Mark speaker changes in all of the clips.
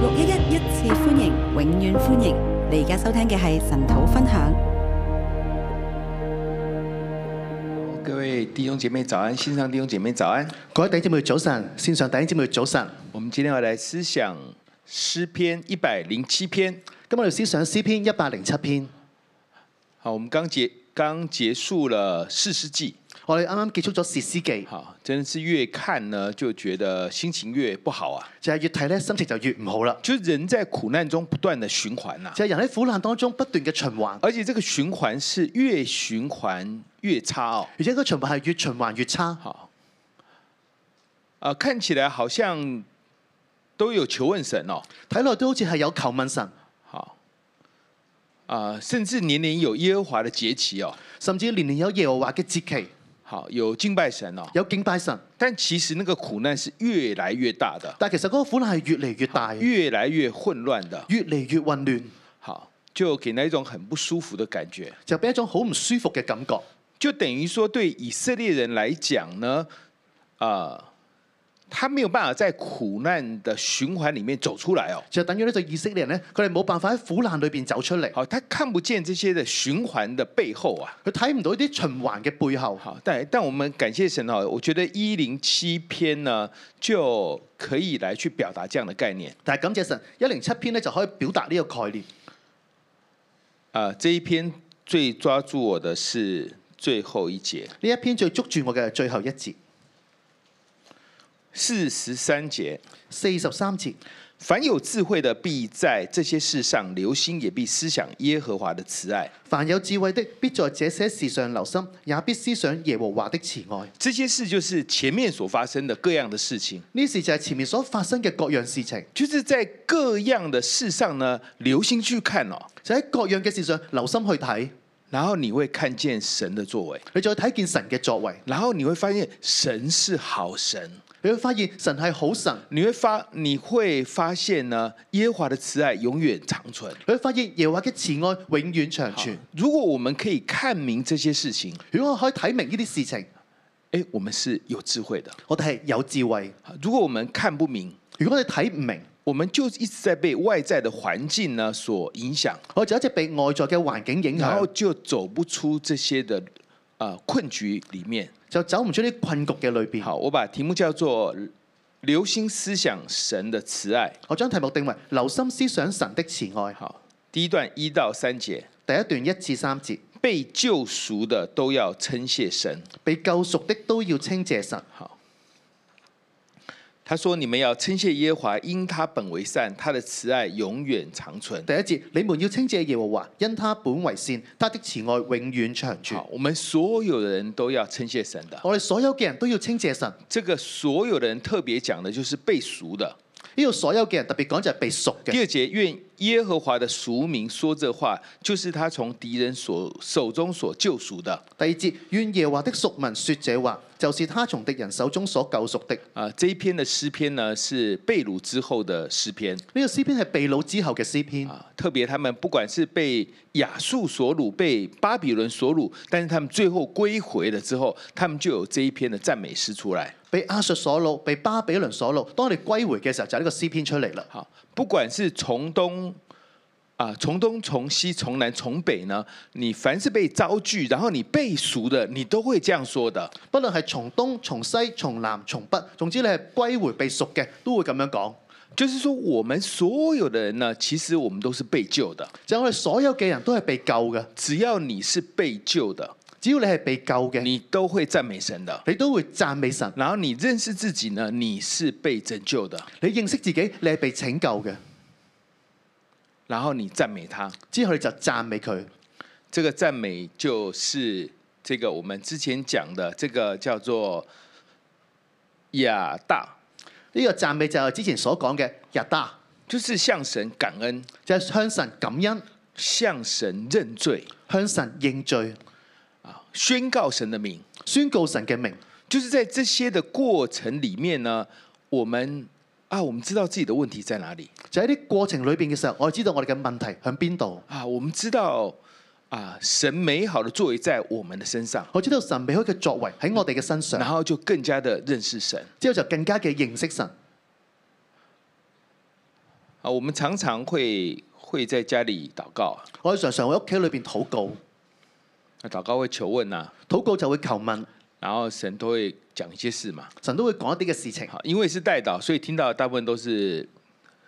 Speaker 1: 六一一一次歡迎，永遠歡迎！你而家收聽嘅係神土分享。
Speaker 2: 各位弟兄姐妹早安，線上弟兄姐妹早安。
Speaker 3: 各位弟兄姊妹早晨，線上弟兄姊妹早晨。
Speaker 2: 我們今天要來思想詩篇一百零七篇。
Speaker 3: 今日我哋思想詩篇一百零七篇。
Speaker 2: 好，我們剛結剛結束了士師記，
Speaker 3: 我哋啱啱結束咗《士師記》，
Speaker 2: 好，真的是越看呢就覺得心情越不好啊。
Speaker 3: 就係越睇咧心情就越唔好啦。
Speaker 2: 就是人在苦難中不斷的循環呐、
Speaker 3: 就係人喺苦難當中不斷嘅循環，
Speaker 2: 而且這個循環是越循環越差哦。
Speaker 3: 而且個循環係越循環越差。
Speaker 2: 好，啊、看起來好像都有求問神哦。
Speaker 3: 睇落都好似係有求問神，
Speaker 2: 好，啊、甚至年年有耶和華的節期哦。
Speaker 3: 甚至年年有耶和華嘅節期，
Speaker 2: 好，有敬拜神哦，
Speaker 3: 有敬拜神。
Speaker 2: 但其實那個苦難是越來越大的，
Speaker 3: 但其實嗰個苦難係越嚟越大，越
Speaker 2: 越來越混亂的。
Speaker 3: 嚟越混亂，
Speaker 2: 好，就給人一種很不舒服的感覺，
Speaker 3: 就俾一種好唔舒服嘅感覺。
Speaker 2: 就等於說對以色列人來講呢，啊、他沒有辦法在苦難的循環裡面走出來哦。
Speaker 3: 就等於呢就以色列人呢，佢哋冇辦法喺苦難裏邊走出嚟，
Speaker 2: 好，他看不見這些的循環的背後啊。
Speaker 3: 佢睇唔到啲循環嘅背後。
Speaker 2: 好，但但我們感謝神哈，我覺得一零七篇呢就可以來去表達這樣的概念。
Speaker 3: 但係感謝神，一零七篇咧就可以表達呢個概念。
Speaker 2: 啊，這一篇最抓住我的是最後一節，
Speaker 3: 呢一篇最捉住我嘅係最後一節，
Speaker 2: 四十三節。
Speaker 3: 四十三節。
Speaker 2: 凡有智慧的，必在這些事上留心，也必思想耶和華的慈愛。
Speaker 3: 凡有智慧的，必在這些事上留心，也必思想耶和華的慈愛。
Speaker 2: 這些事就是前面所發生的各樣的事情，
Speaker 3: 呢事就係前面所發生嘅各樣事情，
Speaker 2: 就是在各樣的事上呢，留心去看哦，
Speaker 3: 就喺各樣嘅事上留心去睇，
Speaker 2: 然後你會看見神的作為，
Speaker 3: 你再睇見神嘅作為，
Speaker 2: 然後你會發現神是好神，
Speaker 3: 你會發現神係好神，
Speaker 2: 你會發你會發現呢，耶和華的慈愛永遠長存。
Speaker 3: 你會發現耶和華嘅慈愛永遠長存。
Speaker 2: 如果我們可以看明這些事情，
Speaker 3: 如果我可以睇明呢啲事情，
Speaker 2: 哎，我們是有智慧的。
Speaker 3: 我哋係有智慧；
Speaker 2: 如果我們看不明，
Speaker 3: 如果我哋睇唔明，
Speaker 2: 我們就一直在被外在的環境呢所影響，
Speaker 3: 我就一直被外在嘅環境影
Speaker 2: 然後
Speaker 3: 響，
Speaker 2: 就走不出這些的呃困局裡面。
Speaker 3: 就走唔出呢困局嘅裏邊。
Speaker 2: 好，我把題目叫做“留心思想神的慈愛
Speaker 3: 我將題目定為留心思想神的慈愛”。。
Speaker 2: 好，第一段一到三節，
Speaker 3: 第一段一至三節，
Speaker 2: 被救贖的都要稱謝神。
Speaker 3: 被救贖的都要稱謝神。
Speaker 2: 好，他說：“你們要稱謝耶和華，因他本為善，他的慈愛永遠長存。
Speaker 3: 第一節，你們要稱謝耶和華，因他本為善，他的慈愛永遠長”存
Speaker 2: 好，。我們所有的人都要稱謝神的。
Speaker 3: 我哋所有嘅人都要稱謝神。
Speaker 2: 这个所有的人特別講的就是被贖的。
Speaker 3: 呢度所有嘅人特別講就係被贖
Speaker 2: 第
Speaker 3: 嘅。
Speaker 2: 二節，願耶和華的贖民說這話，就是他從敵人所手中所救贖的。
Speaker 3: 第二節，願耶和華的屬民說這話，就是他從敵人手中所救贖的。呢
Speaker 2: 啊、這一篇的詩篇呢是被擄之後的詩篇
Speaker 3: 個詩篇係被擄之後嘅詩篇，
Speaker 2: 啊，特別他們不管是被亞述所擄，被巴比伦所擄，但是他们最後歸回了之後，他們就有這一篇的讚美詩出來。
Speaker 3: 被亞述所擄，被巴比倫所擄。當我哋歸回嘅時候，就係呢個詩篇出嚟啦。
Speaker 2: 好，不管是從東啊，從東、從西、從南、從北呢，你凡是被招聚，然後你被贖的，你都會這樣說的。
Speaker 3: 不論係從東、從西、從南、從北，總之你係歸回被贖嘅，都會咁樣講。
Speaker 2: 就是說，我們所有的人呢，其實我們都是被救的。
Speaker 3: 就係我哋所有嘅人都係被救嘅，
Speaker 2: 只要你是被救的，
Speaker 3: 只要你係被救嘅，
Speaker 2: 你都會讚美神的。
Speaker 3: 你都會讚美神。
Speaker 2: 然後你認識自己呢，你是被拯救的，
Speaker 3: 你認識自己，你係被拯救嘅，
Speaker 2: 然後你讚美他。
Speaker 3: 之後你就讚美佢。
Speaker 2: 這個讚美就是這個我們之前講的這個叫做亞大，
Speaker 3: 呢、個讚美就係我之前所講嘅日達，
Speaker 2: 就是向神感恩，
Speaker 3: 就係、向神感恩、
Speaker 2: 向神認罪
Speaker 3: 向神認罪、
Speaker 2: 啊，宣告神的名。
Speaker 3: 宣告神嘅名。
Speaker 2: 就是在這些的過程裡面呢，我們啊，我們知道自己的問題在哪裡。
Speaker 3: 就喺啲過程裏邊嘅時候，我哋知道我哋嘅問題響邊度，
Speaker 2: 啊，我们知道啊，神美好的作為在我們的身上，
Speaker 3: 我知道神美好嘅作為喺我哋嘅身
Speaker 2: 然
Speaker 3: 上，
Speaker 2: 後就更加的認識神。
Speaker 3: 之後就更加嘅認識神。
Speaker 2: 啊啊，我们常常会会在家里祷告，
Speaker 3: 我哋常常喺屋企裏邊禱告，
Speaker 2: 啊祷告会求问呐、
Speaker 3: 禱告就會求問，
Speaker 2: 然后神都会讲一些事嘛。
Speaker 3: 神都會講一啲嘅事情。
Speaker 2: 好，因为是代祷，所以听到的大部分都是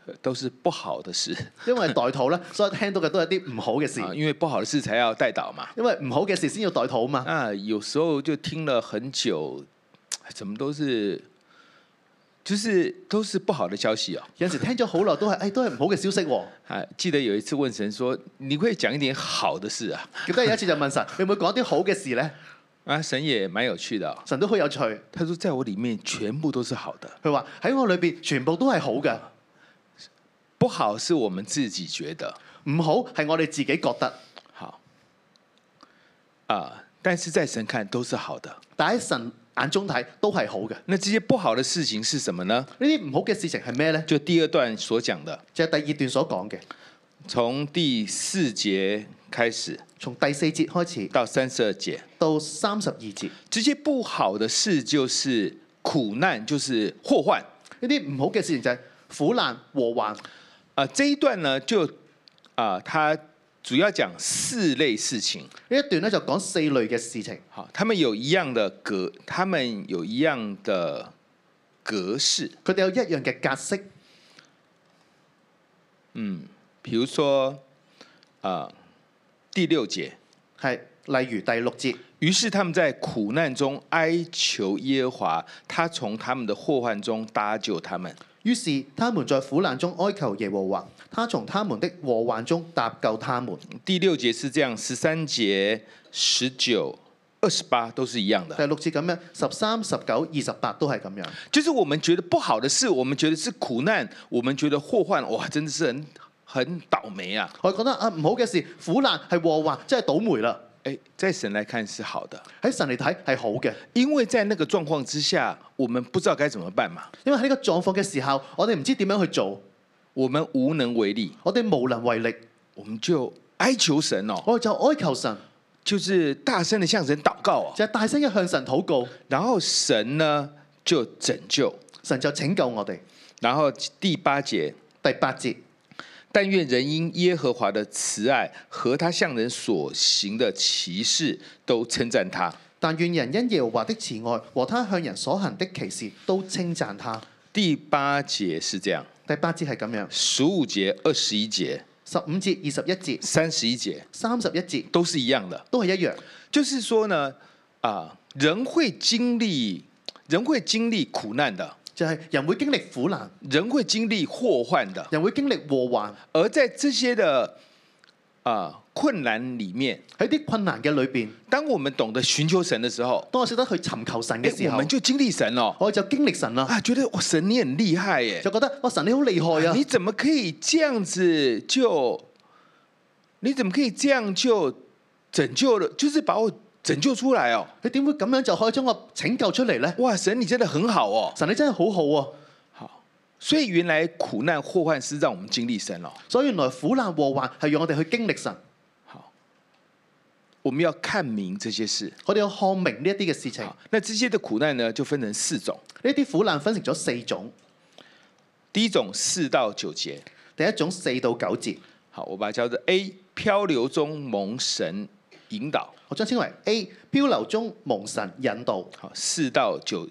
Speaker 2: 呃都是不好的事
Speaker 3: 因為代禱咧，所以聽到嘅都係啲唔好嘅事，
Speaker 2: 啊，因为不好的事才要代祷嘛。
Speaker 3: 因為唔好嘅事先要代禱嘛。
Speaker 2: 那有时候就听了很久，哎怎么都是就是都是不好的消息哦。
Speaker 3: 有陣時聽咗好耐都係，誒、哎都係唔好嘅消息喎、
Speaker 2: 啊，记得有一次问神说：“你会讲一点好的事啊
Speaker 3: 咁跟住有一次就問神：你會唔會講啲好嘅事咧？？”
Speaker 2: 啊，神也蛮有趣的哦、
Speaker 3: 神都好有趣，佢
Speaker 2: 他说：“在我里面全部都是好的，
Speaker 3: 話喺我裏邊全部都係好嘅，
Speaker 2: 不好是我们自己觉得
Speaker 3: 唔好係我哋自己覺得，
Speaker 2: 好啊，但是在神看都是好的。
Speaker 3: 但喺神眼中睇都係好嘅。
Speaker 2: 那这些不好的事情是什么呢？
Speaker 3: 呢啲唔好嘅事情係咩呢？
Speaker 2: 就第二段所讲的，
Speaker 3: 就係、第二段所講嘅，
Speaker 2: 从第四节开始
Speaker 3: 從第四節開始
Speaker 2: 到三十二節，
Speaker 3: 到三十二節，呢
Speaker 2: 这些不好的事就是苦难，就是祸患
Speaker 3: 啲唔好嘅事情就係苦難禍患。
Speaker 2: 啊、这一段呢，就啊、它主要讲四类事情。
Speaker 3: 呢一段咧就講四類嘅事情，
Speaker 2: 好，他们有一样的格，他们有一樣的格式。
Speaker 3: 佢哋有一樣嘅格式，
Speaker 2: 比如说，啊、第六節，
Speaker 3: 係例如第六節。
Speaker 2: 於是他们在苦難中哀求耶和華，他從他們的禍患中搭救他們。
Speaker 3: 於是他們在苦難中哀求耶和華，他從他們的禍患中搭救他們。
Speaker 2: 第六節是这样，十三节、十九、二十八都是一样
Speaker 3: 第
Speaker 2: 的，
Speaker 3: 六節咁樣，十三、十九、二十八都係咁樣。
Speaker 2: 就是我们觉得不好的事，我们觉得是苦難，我们觉得禍患，哇，真的是很很倒霉啊！
Speaker 3: 我覺得啊，唔好嘅事、苦難係禍患，真係倒霉啦。
Speaker 2: 哎，在神來看是好的，
Speaker 3: 喺神嚟睇係好嘅，
Speaker 2: 因為在那個狀況之下，我們不知道該怎麼辦嘛，
Speaker 3: 因為喺呢個狀況嘅時候，我哋唔知點樣去做，
Speaker 2: 我們無能為力，
Speaker 3: 我哋無能為力，
Speaker 2: 我們就哀求神哦，
Speaker 3: 我哋就哀求神，
Speaker 2: 就是大聲的向神禱告哦，
Speaker 3: 就係、大聲嘅向神禱告，
Speaker 2: 然後神呢就拯救，
Speaker 3: 神就拯救我哋。
Speaker 2: 然後第八節
Speaker 3: 第八節，
Speaker 2: 但愿人因耶和华的慈爱和他向人所行的奇事，都称赞他。
Speaker 3: 但願人因耶和華的慈愛和他向人所行的奇事都稱讚他。
Speaker 2: 第八節是这样，
Speaker 3: 第八節係咁樣，
Speaker 2: 十五节、二十一节、
Speaker 3: 十五節、二十一節。
Speaker 2: 三十一节
Speaker 3: 三十一節
Speaker 2: 都是一样的。
Speaker 3: 都係一樣，
Speaker 2: 就是说呢，啊、人会经历，人会經歷苦難的，
Speaker 3: 就係、人會經歷苦難，
Speaker 2: 人會經歷禍患的，
Speaker 3: 人會經歷禍患。
Speaker 2: 而在这些的啊、困難里面，
Speaker 3: 喺啲困難嘅裏邊，
Speaker 2: 当我們懂得尋求神的時候，
Speaker 3: 當我識得去尋求神
Speaker 2: 哎
Speaker 3: 嘅、時
Speaker 2: 我
Speaker 3: 候，
Speaker 2: 們就經歷神了
Speaker 3: 我就經歷神啦，
Speaker 2: 啊，觉得哇，神你很厲害耶，
Speaker 3: 就覺得哇神你好厲害啊！
Speaker 2: 你怎么可以这样子就？你怎么可以这样就拯救了？就是把我拯救出来哦！
Speaker 3: 你點會咁樣就可以將我拯救出嚟呢？
Speaker 2: 哇，神你真的很好哦！
Speaker 3: 神你真係好好、啊、
Speaker 2: 所以原来苦难祸患是让我们经历神哦。
Speaker 3: 所以原來苦難禍患係讓我哋去經歷神，
Speaker 2: 我们要看明这些事。
Speaker 3: 我哋要看明呢一啲嘅事情。
Speaker 2: 好，那这些的苦难呢，就分成四种。
Speaker 3: 呢啲苦難分成咗四種，
Speaker 2: 第一種四到九节，
Speaker 3: 第一種四到九節，
Speaker 2: 好，我把它叫做 A 漂流中蒙神引导。
Speaker 3: 我將稱為 A 漂流中蒙神引導。
Speaker 2: 好，四到九，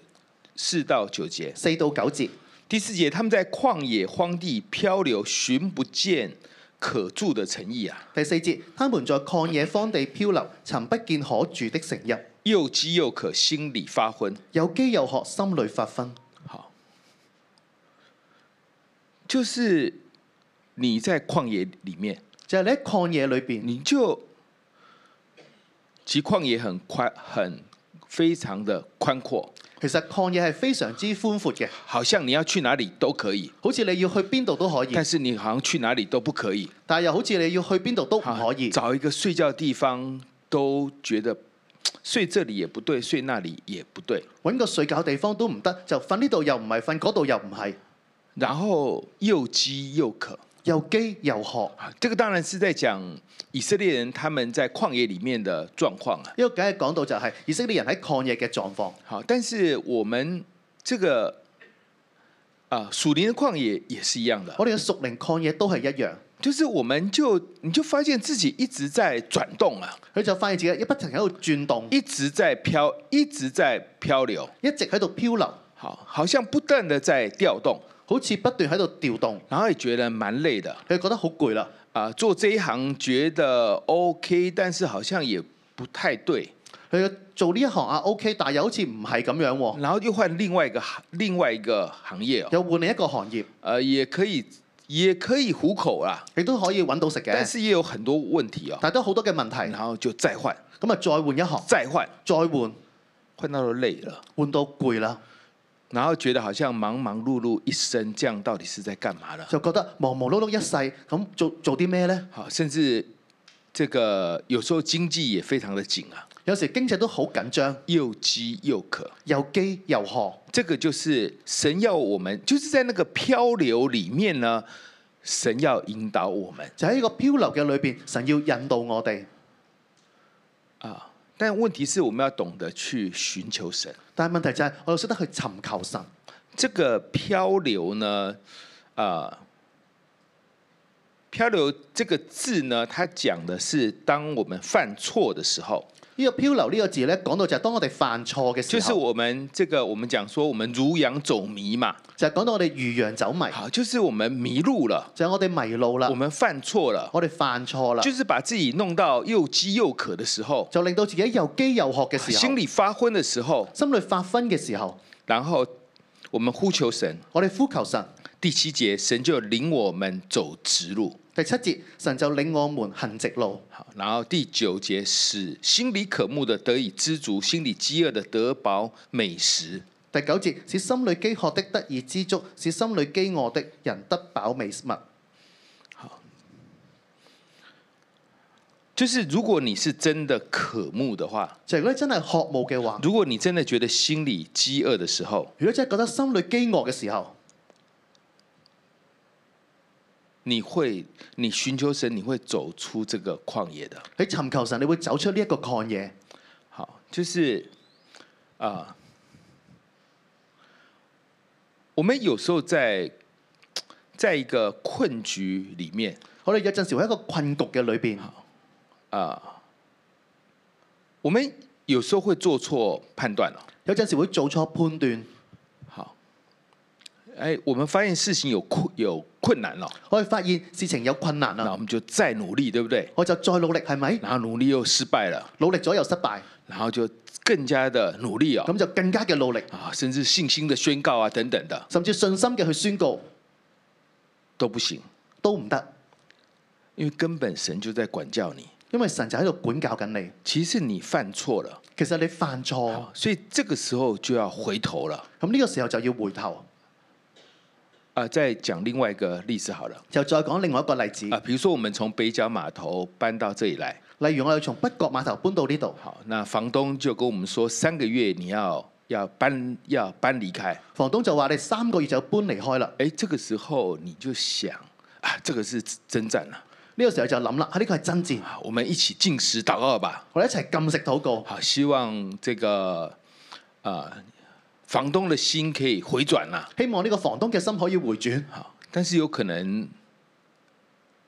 Speaker 2: 四到九节。
Speaker 3: 四到九節，
Speaker 2: 第四节，他们在旷野荒地漂流，寻不见可住的诚意啊，
Speaker 3: 第四節，他們在曠野荒地漂流，尋不見可住的城邑。
Speaker 2: 又饥又渴，心里发昏。
Speaker 3: 有機有學，心裏發昏。
Speaker 2: 好，就是你在旷野里面，
Speaker 3: 就係、你喺曠野裏邊，
Speaker 2: 你就其旷野很宽，很非常的宽阔，
Speaker 3: 其實曠野係非常之寬闊嘅，
Speaker 2: 好像你要去哪里都可以，
Speaker 3: 好似你要去邊度都可以
Speaker 2: 但，是你好像去哪里都不可以，
Speaker 3: 但係又好似你要去邊度都唔可以。
Speaker 2: 找一个睡觉的地方都觉得睡这里也不对，睡那里也不对。
Speaker 3: 揾個睡覺地方都唔得，就瞓呢度又唔係，瞓嗰度又唔係，
Speaker 2: 然后又饥又渴
Speaker 3: 又飢又渴。
Speaker 2: 啊，这个当然是在讲以色列人他们在旷野里面的状况啊。
Speaker 3: 呢個梗係講到就係以色列人喺曠野嘅狀況，
Speaker 2: 好，但是我们这个啊，属灵的旷野也是一样的，
Speaker 3: 我哋嘅屬靈曠野都係一樣。
Speaker 2: 就是我们就你就发现自己一直在转动啊，
Speaker 3: 佢就發現自己一不停喺度轉動，
Speaker 2: 一直在漂，一直在漂流，
Speaker 3: 一直喺度漂流，
Speaker 2: 好，好像不断的在调动，
Speaker 3: 好似不斷喺度調動。
Speaker 2: 然后也觉得蛮累的
Speaker 3: 佢覺得好攰啦，
Speaker 2: 啊，做这一行觉得 OK，但是好像也不太对，
Speaker 3: 佢做呢一行啊 OK，但係又好似唔係咁樣喎，
Speaker 2: 然后又换另外一个行另外一个行业哦，
Speaker 3: 又換另一個行業，
Speaker 2: 呃，也可以也可以糊口啦，
Speaker 3: 你都可以揾到食
Speaker 2: 但
Speaker 3: 嘅，
Speaker 2: 是也有很多问题哦，
Speaker 3: 但係都好多嘅問題。
Speaker 2: 然后就再换
Speaker 3: 咁啊，再換一行，
Speaker 2: 再换，
Speaker 3: 再換，
Speaker 2: 换到了累了。
Speaker 3: 換到攰啦，
Speaker 2: 然后觉得好像忙忙碌碌一生，这样到底是在干嘛呢？
Speaker 3: 就覺得忙忙碌碌一世，咁做做啲咩呢？
Speaker 2: 好，甚至这个有时候经济也非常的紧啊，
Speaker 3: 有時經濟都好緊張，
Speaker 2: 又饥又渴。
Speaker 3: 又飢又渴。
Speaker 2: 这个就是神要我们，就是在那个漂流里面呢，神要引导我们
Speaker 3: 就喺呢個漂流嘅裏邊，神要引導我哋。
Speaker 2: 啊。但问题是，我们要懂得去寻求神。
Speaker 3: 但係問題就係、我哋識得去尋求神。
Speaker 2: 这个漂流呢，啊、漂流这个字呢，它讲的是当我们犯错的时候，
Speaker 3: 呢、個漂流呢個字咧，講到就係當我哋犯錯嘅
Speaker 2: 就
Speaker 3: 時
Speaker 2: 是
Speaker 3: 候，
Speaker 2: 我们这个我们講說我們如羊走迷嘛，
Speaker 3: 就係講到我哋如羊走迷，
Speaker 2: 好，就是我們迷路了，
Speaker 3: 就係我哋迷路啦
Speaker 2: 我，們犯錯了，
Speaker 3: 我哋犯錯啦，
Speaker 2: 就是把自己弄到又饥又渴的時候，
Speaker 3: 就令到自己又飢又渴嘅時候，
Speaker 2: 啊心里發昏的時候，
Speaker 3: 心裏發昏嘅時候，
Speaker 2: 然後我們呼求神。
Speaker 3: 我哋呼求神。
Speaker 2: 第七節，神就領我們走直路。
Speaker 3: 第七節，神就領我們行直路。
Speaker 2: 好，然後第九節，使心里渴慕的得以知足，心里饥餓的得飽美食。
Speaker 3: 第九節，使心裏飢渴的得以知足，使心裏飢餓的人得飽美物。
Speaker 2: 就是如果你是真的渴慕的話，
Speaker 3: 就係如果你真係渴慕嘅話，
Speaker 2: 如果你真的覺得心里饥餓的時候，
Speaker 3: 如果真係覺得心裏飢餓嘅時候，
Speaker 2: 你会，你寻求神，你会走出这个旷野的。
Speaker 3: 你尋求神，你會走出呢一個曠野。
Speaker 2: 好，就是啊、我们有时候在在一个困局里面
Speaker 3: 我哋有陣時會喺一個困局嘅裏邊，
Speaker 2: 啊、我们有时候会做错判断哦了。
Speaker 3: 有陣時會做錯判斷。
Speaker 2: 好，哎，我们发现事情有困有困难了，
Speaker 3: 我哋發現事情有困難
Speaker 2: 那
Speaker 3: 啦，
Speaker 2: 我们就再努力，对不对？
Speaker 3: 我就再努力係咪？
Speaker 2: 然后努力又失败了，
Speaker 3: 努力咗又失敗，
Speaker 2: 然后就更加的努力哦。
Speaker 3: 咁就更加嘅努力，
Speaker 2: 啊，甚至信心的宣告啊等等的
Speaker 3: 甚至信心嘅去宣告
Speaker 2: 都不行，
Speaker 3: 都唔得，
Speaker 2: 因为根本神就在管教你。
Speaker 3: 因為神就喺度管教緊你。
Speaker 2: 其实你犯错了，
Speaker 3: 其實你犯錯，
Speaker 2: 哦所以这个时候就要回头了。
Speaker 3: 咁呢個時候就要回頭。
Speaker 2: 啊、再讲另外一个例子好了。
Speaker 3: 就再講另外一個例子
Speaker 2: 啊、，比如说我们从北角码头搬到这里来，
Speaker 3: 例如我哋從北角碼頭搬到呢度，
Speaker 2: 好，那房东就跟我们说，三个月你要要搬要搬离开。
Speaker 3: 房東就話你三個月就搬離開啦。
Speaker 2: 哎，这个时候你就想啊，这个是征战了，
Speaker 3: 呢個時候就諗啦，啊呢個係真戰，
Speaker 2: 啊我们一起进食祷告吧。
Speaker 3: 我哋一齊禁食禱告，
Speaker 2: 好，希望这个啊、房东的心可以回转啦、
Speaker 3: 希望呢個房東嘅心可以回轉。
Speaker 2: 好，但是有可能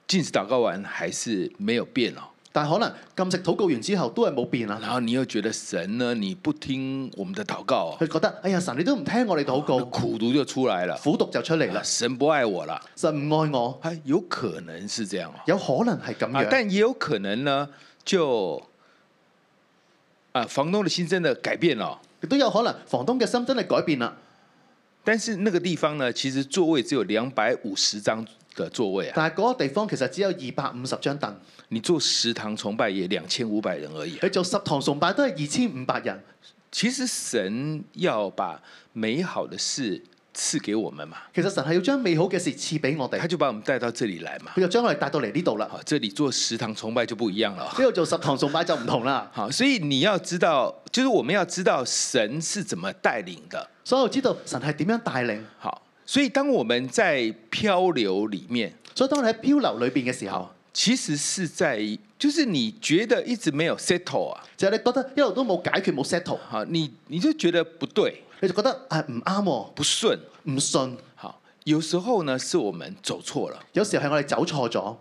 Speaker 2: 禁止祷告完还是没有变哦。
Speaker 3: 但係可能禁食禱告完之後都係冇啊變啦。
Speaker 2: 然后你又觉得神呢，你不聽我们的祷告、哦，
Speaker 3: 佢覺得哎呀神你都唔聽我哋禱
Speaker 2: 那
Speaker 3: 告，
Speaker 2: 苦毒就出来了，
Speaker 3: 苦毒就出嚟啦
Speaker 2: 啊。神不愛我了。
Speaker 3: 神唔愛我，
Speaker 2: 啊，有可能是这样哦，
Speaker 3: 有可能係咁
Speaker 2: 啊，
Speaker 3: 樣，
Speaker 2: 但也有可能呢，就啊，房东的心真的改變了哦、
Speaker 3: 亦都有可能房東嘅心真係改變啦。
Speaker 2: 但是那個地方呢，其實座位只有两百五十张的座位啊，
Speaker 3: 但係嗰個地方其實只有二百五十張凳，
Speaker 2: 你做十堂崇拜也两千五百人而已啊、
Speaker 3: 佢做十堂崇拜都係二千五百人。
Speaker 2: 其实神要把美好的事赐给我们嘛，
Speaker 3: 其實神係要將美好嘅事賜俾我哋
Speaker 2: 他，就把我们带到这里来嘛。
Speaker 3: 佢就將我哋帶到嚟呢度啦。
Speaker 2: 好，这里做食堂崇拜就不一样了。
Speaker 3: 呢度做十堂崇拜就唔同啦，
Speaker 2: 好，所以你要知道，就是我们要知道神是怎么带领的。
Speaker 3: 所以我知道神係點樣帶領。
Speaker 2: 好，所以当我们在漂流里面，
Speaker 3: 所以當你喺漂流裏邊嘅時候，
Speaker 2: 好，其实是在，就是你觉得一直没有 settle 啊，
Speaker 3: 就係你覺得一路都冇解決冇 settle，
Speaker 2: 好，你你就觉得不对
Speaker 3: 你就覺得啊唔啱喎，
Speaker 2: 不顺，
Speaker 3: 唔信，
Speaker 2: 好，有时候呢，是我们走错了，
Speaker 3: 有時候係我哋走錯咗，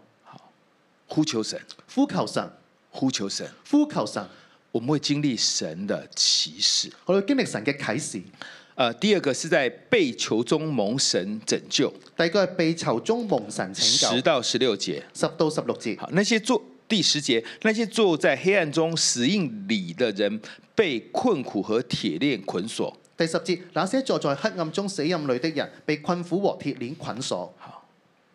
Speaker 2: 呼求神，
Speaker 3: 呼求神，
Speaker 2: 呼求神，
Speaker 3: 呼求神，
Speaker 2: 我们会经歷神的歧视。
Speaker 3: 我哋經歷神嘅啟示。
Speaker 2: 呃，第二个是在被囚中蒙神拯救，
Speaker 3: 第二個係被囚中蒙神拯
Speaker 2: 十
Speaker 3: 救，
Speaker 2: 到十六节。
Speaker 3: 十到十六節。
Speaker 2: 好，那些坐第十节，那些坐在黑暗中死荫里的人，被困苦和铁链捆锁。
Speaker 3: 第十節，那些坐在黑暗中死蔭裏的人，被困苦和鐵鏈捆鎖。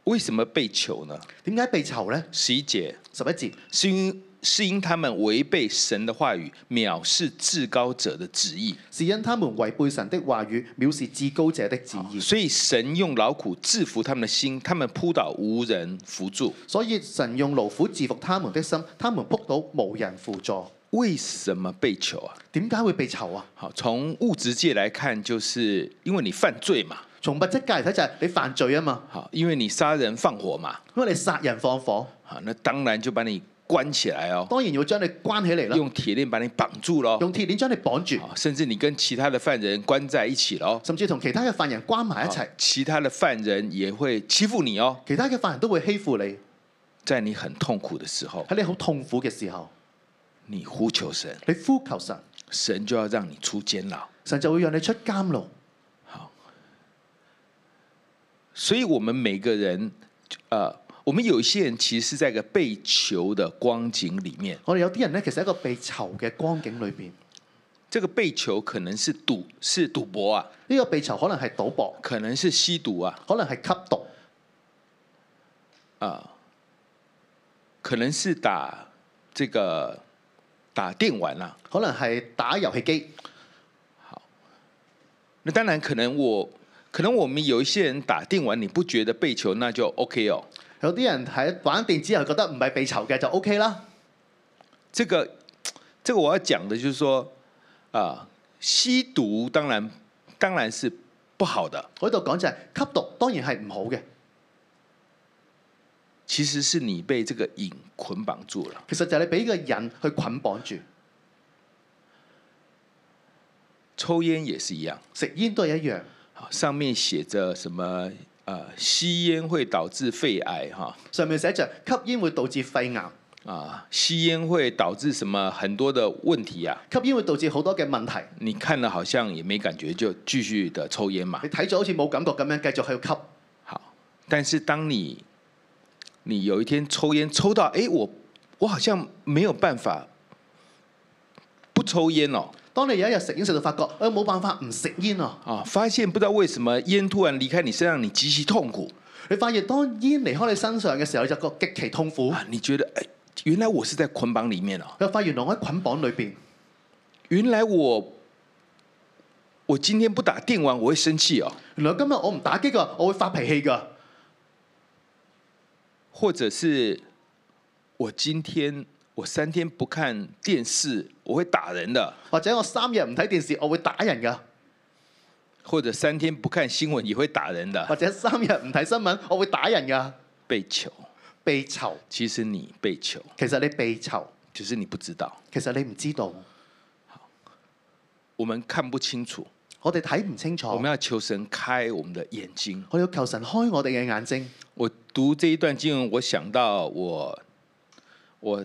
Speaker 2: 为什么被囚呢？
Speaker 3: 點解被囚呢？
Speaker 2: 十一节
Speaker 3: 十一節
Speaker 2: 是因是因他们违背神的话语，藐视至高者的旨意，
Speaker 3: 是因他們違背神的話語，藐視至高者的旨意，
Speaker 2: 啊所以神用劳苦制服他们的心，他们扑倒无人扶助。
Speaker 3: 所以神用勞苦制服他們的心，他們仆倒無人輔助。
Speaker 2: 为什么被囚啊？
Speaker 3: 點解會被囚啊？
Speaker 2: 好，从物质界来看，就是因为你犯罪嘛，
Speaker 3: 從物質界嚟睇就係你犯罪啊嘛，
Speaker 2: 好，因为你杀人放火嘛，
Speaker 3: 因為你殺人放火，
Speaker 2: 好，那當然就把你關起來哦，
Speaker 3: 當然要將你關起嚟啦，
Speaker 2: 用鐵鏈把你綁住咯，
Speaker 3: 用鐵鏈將你綁住，
Speaker 2: 好甚至你跟其他的犯人關在一起咯，
Speaker 3: 甚至同其他嘅犯人關埋一齊
Speaker 2: 好，其他的犯人也會欺負你哦，
Speaker 3: 其他嘅犯人都會欺負你。
Speaker 2: 在你很痛苦的時候，
Speaker 3: 喺你好痛苦嘅時候，
Speaker 2: 你呼求神，
Speaker 3: 你呼求神，
Speaker 2: 神就要讓你出監牢。
Speaker 3: 神就會讓你出監牢。
Speaker 2: 所以，我們每個人，呃，我們有一些人其實是在一個被囚的光景裡面，
Speaker 3: 我哋有啲人呢，其實喺一個被囚嘅光景裏邊，呢、
Speaker 2: 這個被囚可能是賭，是賭博啊，
Speaker 3: 個被囚可能係賭博，
Speaker 2: 可能是吸毒啊，
Speaker 3: 可能係吸毒，
Speaker 2: 啊、可能是打这个打电玩啊啦、
Speaker 3: 可能係打遊戲機。
Speaker 2: 那当然，可能我可能我们有一些人打电玩，你不觉得被囚，那就 OK 哦。
Speaker 3: 有啲人喺玩電子遊覺得唔係被囚嘅就 O K 啦。
Speaker 2: 这个这个我要讲的就是说，啊、吸毒当然当然是不好的，
Speaker 3: 我喺度講就係、吸毒當然係唔好嘅，
Speaker 2: 其实是你被这个瘾捆绑住了。
Speaker 3: 其實就係你俾個人去捆綁住。
Speaker 2: 抽烟也是一样，
Speaker 3: 食煙都係一樣，
Speaker 2: 好上面写着什么？呃，吸烟会导致肺癌哈。
Speaker 3: 上面寫着吸煙會導致肺癌，
Speaker 2: 啊，吸烟会导致什么很多的问题啊？
Speaker 3: 吸煙會導致好多嘅問題。
Speaker 2: 你看了好像也没感觉，就继续的抽烟嘛
Speaker 3: 你。睇咗好似冇感覺咁樣，繼續喺度吸。
Speaker 2: 好，但是当你你有一天抽烟抽到，哎，我我好像没有办法不抽烟哦，
Speaker 3: 當你有一日食煙食到發覺，我冇辦法唔食煙啊！
Speaker 2: 啊，发现不知道为什么烟突然离開你身上，你极其痛苦
Speaker 3: 你發現當煙離開你身上嘅時候，你就覺得極其痛苦。
Speaker 2: 啊，你觉得哎，原来我是在捆绑里面哦，
Speaker 3: 又發現原來我喺捆綁裏邊，
Speaker 2: 原来我我今天不打电玩我会生气哦，
Speaker 3: 原來今日我唔打機㗎，我會發脾氣㗎。
Speaker 2: 或者是我今天我三天不看电视，我会打人的；
Speaker 3: 或者我三日唔睇電視，我會打人㗎；
Speaker 2: 或者三天不看新闻也会打人
Speaker 3: 或
Speaker 2: 的。
Speaker 3: 者三日唔睇新聞，我會打人㗎。
Speaker 2: 被囚，
Speaker 3: 被囚，
Speaker 2: 其实你被囚，
Speaker 3: 其實你被囚，
Speaker 2: 只是你不知道，
Speaker 3: 其實你唔知道，
Speaker 2: 我们看不清楚。
Speaker 3: 我哋睇唔清楚。
Speaker 2: 我
Speaker 3: 我
Speaker 2: 们要求神开我们的眼睛。
Speaker 3: 哋要求神開我哋嘅眼睛。
Speaker 2: 我读这一段经文，我想到我我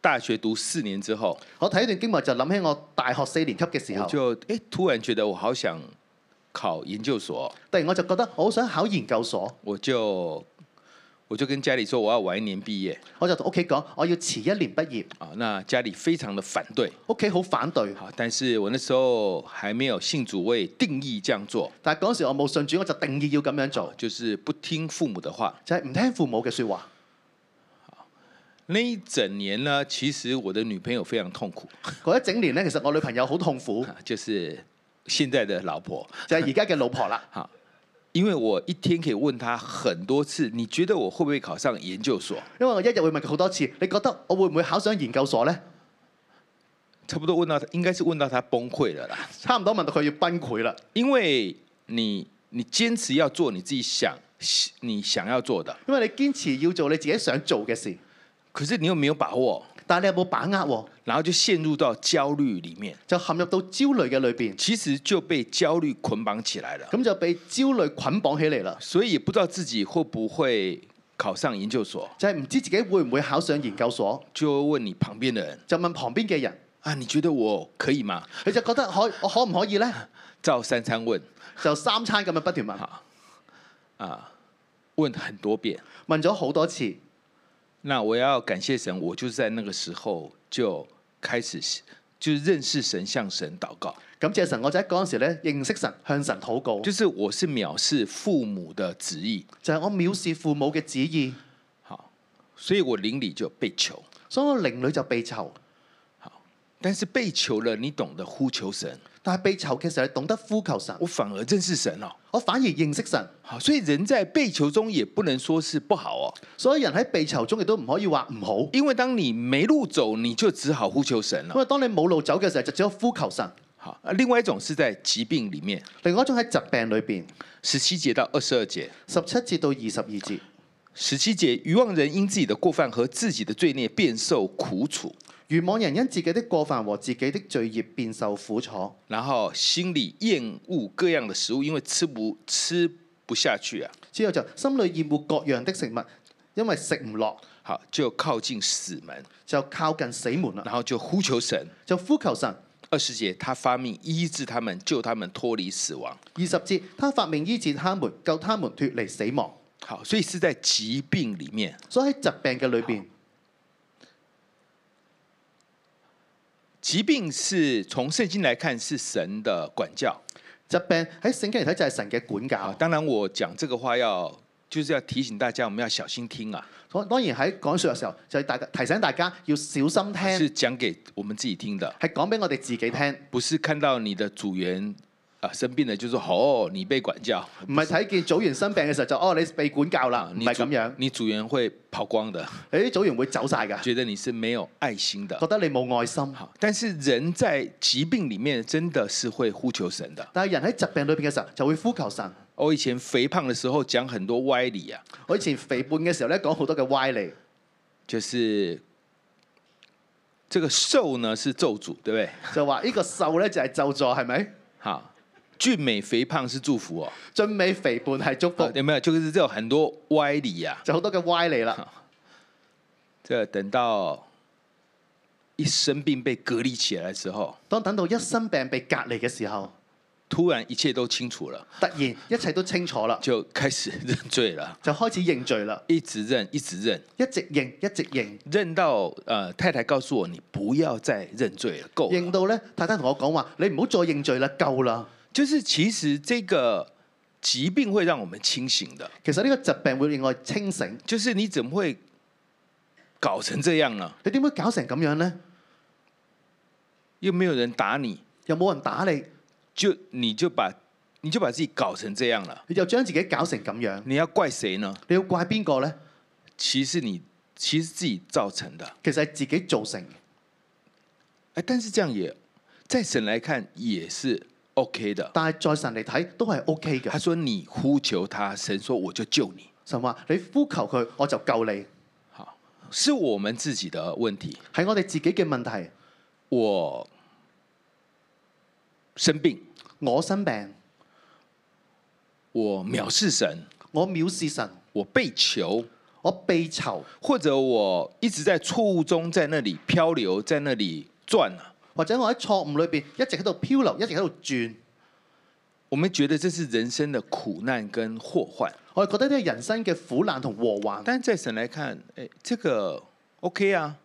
Speaker 2: 大学读四年之后，
Speaker 3: 我睇段經文就諗起我大學四年級嘅時
Speaker 2: 我
Speaker 3: 候，
Speaker 2: 就哎突然觉得我好想考研究所，
Speaker 3: 突然我就覺得我好想考研究所，
Speaker 2: 我就我就跟家里说我要晚一年毕业。
Speaker 3: 我就同屋企講我要遲一年畢業，
Speaker 2: 啊，那家里非常的反对，
Speaker 3: 屋企好反對。
Speaker 2: 好，但是我那时候还没有信主，我也定义这样做，
Speaker 3: 但係嗰時我冇信主，我就定義要咁樣做，
Speaker 2: 就是不听父母的话。
Speaker 3: 就係、唔聽父母嘅説話。
Speaker 2: 那一整年呢，其实我的女朋友非常痛苦，
Speaker 3: 嗰一整年咧，其實我女朋友好痛苦，
Speaker 2: 啊就是现在的老婆，
Speaker 3: 就係而家嘅老婆啦。
Speaker 2: 好，因为我一天可以问她很多次，你觉得我會不會考上研究所？
Speaker 3: 因為我一日會問佢好多次，你覺得我會唔會考上研究所呢？
Speaker 2: 差不多问到她，应该是问到她崩溃了啦，
Speaker 3: 差唔多問到佢要崩潰啦，
Speaker 2: 因为你你坚持要做你自己想你想要做的，
Speaker 3: 因為你堅持要做你自己想做嘅事，
Speaker 2: 可是你又没有把握，
Speaker 3: 但係你有冇把握喎？
Speaker 2: 然后就陷入到焦虑里面，
Speaker 3: 就陷入到焦慮嘅裏邊，
Speaker 2: 其实就被焦虑捆綁起来了，
Speaker 3: 咁就被焦慮捆綁起嚟啦。
Speaker 2: 所以也不知道自己會不會考上研究所，
Speaker 3: 就係唔知自己會唔會考上研究所，
Speaker 2: 就問你旁邊的人
Speaker 3: 就問旁邊嘅人，
Speaker 2: 啊，你覺得我可以嗎？
Speaker 3: 佢就覺得可我可唔可以呢？
Speaker 2: 照三餐問
Speaker 3: 就三餐咁樣不斷問，
Speaker 2: 好啊，問很多遍。
Speaker 3: 問咗好多次。
Speaker 2: 那我要感謝神，我就是在那個時候就開始就認識神，向神禱告，
Speaker 3: 感謝神，我就喺嗰陣時咧認識神，向神禱告，
Speaker 2: 就
Speaker 3: 就是
Speaker 2: 我是藐視父母的旨意，
Speaker 3: 係我藐視父母嘅旨意，
Speaker 2: 好，所以我靈裡就被囚。
Speaker 3: 所以我靈裏就被囚。
Speaker 2: 但是被囚了，你懂得呼求神，
Speaker 3: 但係被囚嘅時候，你懂得呼求神，
Speaker 2: 我反而認識神哦。
Speaker 3: 我反而認識神。
Speaker 2: 好，所以人在被囚中也不能說是不好哦，
Speaker 3: 所以人喺被囚中亦都唔可以話唔好，
Speaker 2: 因為當你沒路走，你就只好呼求神
Speaker 3: 因
Speaker 2: 了。
Speaker 3: 為當你冇路走嘅時候，就只有呼求神。
Speaker 2: 好，啊另外一種是在疾病裡面，
Speaker 3: 另外一種喺疾病裏邊，
Speaker 2: 十七節到二十二節。
Speaker 3: 十七節到二十二節，
Speaker 2: 十七节，愚妄人因自己的过犯和自己的罪孽，便受苦楚，
Speaker 3: 愚妄人因自己的過犯和自己的罪孽，便受苦楚。
Speaker 2: 然后心里厌恶各样的食物，因为吃不吃不下去啊，
Speaker 3: 之後就心裏厭惡各樣的食物，因為食唔落
Speaker 2: 好就靠近死门，
Speaker 3: 就靠近死門啦，
Speaker 2: 然后就呼求神。
Speaker 3: 就呼求神。
Speaker 2: 二十节，他发命医治他们，救他们脱离死亡。
Speaker 3: 二十節，他發明醫治他們，救他們脱離死亡。
Speaker 2: 好，所以是在疾病里面，
Speaker 3: 所以喺疾病嘅裏
Speaker 2: 啊
Speaker 3: 邊，
Speaker 2: 疾病是从圣经来看是神的管教
Speaker 3: 疾病喺聖經嚟睇就係神嘅管
Speaker 2: 啊。
Speaker 3: 教。
Speaker 2: 当然，我讲这个话要就是要提醒大家，我们要小心听啊，
Speaker 3: 所當然喺講説嘅時候，就係大家提醒大家要小心聽，
Speaker 2: 是讲给我们自己听的。
Speaker 3: 係講俾我哋自己聽，
Speaker 2: 不是看到你的组员啊生病了就说哦你被管教，
Speaker 3: 唔係睇見組員生病嘅時候就哦你被管教啦
Speaker 2: 啊，
Speaker 3: 唔
Speaker 2: 你
Speaker 3: 係
Speaker 2: 组
Speaker 3: 咁樣，
Speaker 2: 你组员会跑光的，
Speaker 3: 你啲組員會走晒㗎，
Speaker 2: 觉得你是没有爱心
Speaker 3: 覺
Speaker 2: 的。
Speaker 3: 得你冇愛心。
Speaker 2: 好，但是人在疾病里面真的是会呼求神的。
Speaker 3: 但係人喺疾病裏邊嘅時候就會呼求神。
Speaker 2: 我以前肥胖的时候讲很多歪理啊，
Speaker 3: 我以前肥胖嘅時候咧講好多嘅歪理，
Speaker 2: 就是这个瘦呢是咒诅，对不对？
Speaker 3: 就話呢個瘦咧就係咒助係咪？
Speaker 2: 好，俊美肥胖是祝福哦，
Speaker 3: 俊美肥胖係祝福
Speaker 2: 啊，有没有？就是这种很多歪理啊。
Speaker 3: 就好多嘅歪理啦。
Speaker 2: 这等到一生病被隔离起来的时候，
Speaker 3: 當等到一身病被隔離嘅時候，
Speaker 2: 突然一切都清楚了，
Speaker 3: 突然一切都清楚啦，
Speaker 2: 就开始认罪了，
Speaker 3: 就開始認罪啦，
Speaker 2: 一直认，一直认，
Speaker 3: 一直認，一直認，
Speaker 2: 认到呃太太告诉我，你不要再认罪了，够
Speaker 3: 認
Speaker 2: 了。
Speaker 3: 到咧太太同我講話：你唔好再認罪啦，夠啦。
Speaker 2: 就是其实这个疾病会讓我们清醒的，
Speaker 3: 其實呢個疾病會令我清醒，
Speaker 2: 就是你怎么会搞成这样呢？
Speaker 3: 你點會搞成咁樣呢？
Speaker 2: 又没有人打你，
Speaker 3: 又冇人打你，
Speaker 2: 就你就把你就把自己搞成这样了，
Speaker 3: 你就將自己搞成咁樣，
Speaker 2: 你要怪谁呢？
Speaker 3: 你要怪邊個呢？
Speaker 2: 其实你其实自己造成的。
Speaker 3: 其實係自己造成嘅。
Speaker 2: 哎，但是这样也，在神来看也是 OK 的。
Speaker 3: 但係在神嚟睇都係 O K
Speaker 2: 他
Speaker 3: 嘅。
Speaker 2: 说你呼求他，神说我就救你。
Speaker 3: 神話你呼求佢，我就救你，
Speaker 2: 好，是我们自己的问题。
Speaker 3: 係我哋自己嘅問題。
Speaker 2: 我生病，
Speaker 3: 我生病，
Speaker 2: 我藐视神，
Speaker 3: 我藐視神，
Speaker 2: 我被囚，
Speaker 3: 我被囚，
Speaker 2: 或者我一直在错误中在那里漂流，在那里转啊。
Speaker 3: 或者我喺錯誤裏邊一直喺度漂流，一直喺度轉。
Speaker 2: 我们觉得这是人生的苦難跟禍患，
Speaker 3: 我哋覺得呢個人生嘅苦難同禍患，
Speaker 2: 但在神来看，哎，这个 OK 啊，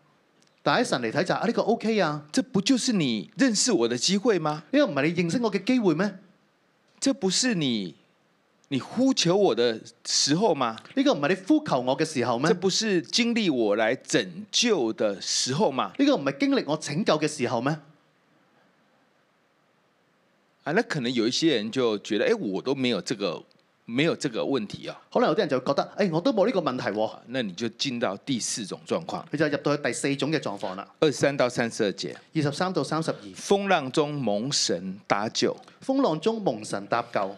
Speaker 3: 但喺神嚟睇就係、啊呢、個 O K 啊，
Speaker 2: 这不就是你认识我的机会吗？
Speaker 3: 呢、個唔係你認識我嘅機會咩？呢、
Speaker 2: 这不是你你呼求我的时候吗？
Speaker 3: 個唔係你呼求我嘅時候咩？
Speaker 2: 这
Speaker 3: 呢、
Speaker 2: 不是经历我来拯救的时候吗？
Speaker 3: 個唔係經歷我拯救嘅時候咩？
Speaker 2: 啊，那可能有一些人就觉得，哎，我都没有这个没有这个问题啊，
Speaker 3: 可能有啲人就會覺得，誒、我都冇呢個問題喎、
Speaker 2: 那你就进到第四種狀況，
Speaker 3: 佢就入到去第四種嘅狀況啦。
Speaker 2: 二三到三十二节，
Speaker 3: 二十三到三十二，
Speaker 2: 风浪中蒙神搭救。
Speaker 3: 風浪中蒙神搭救。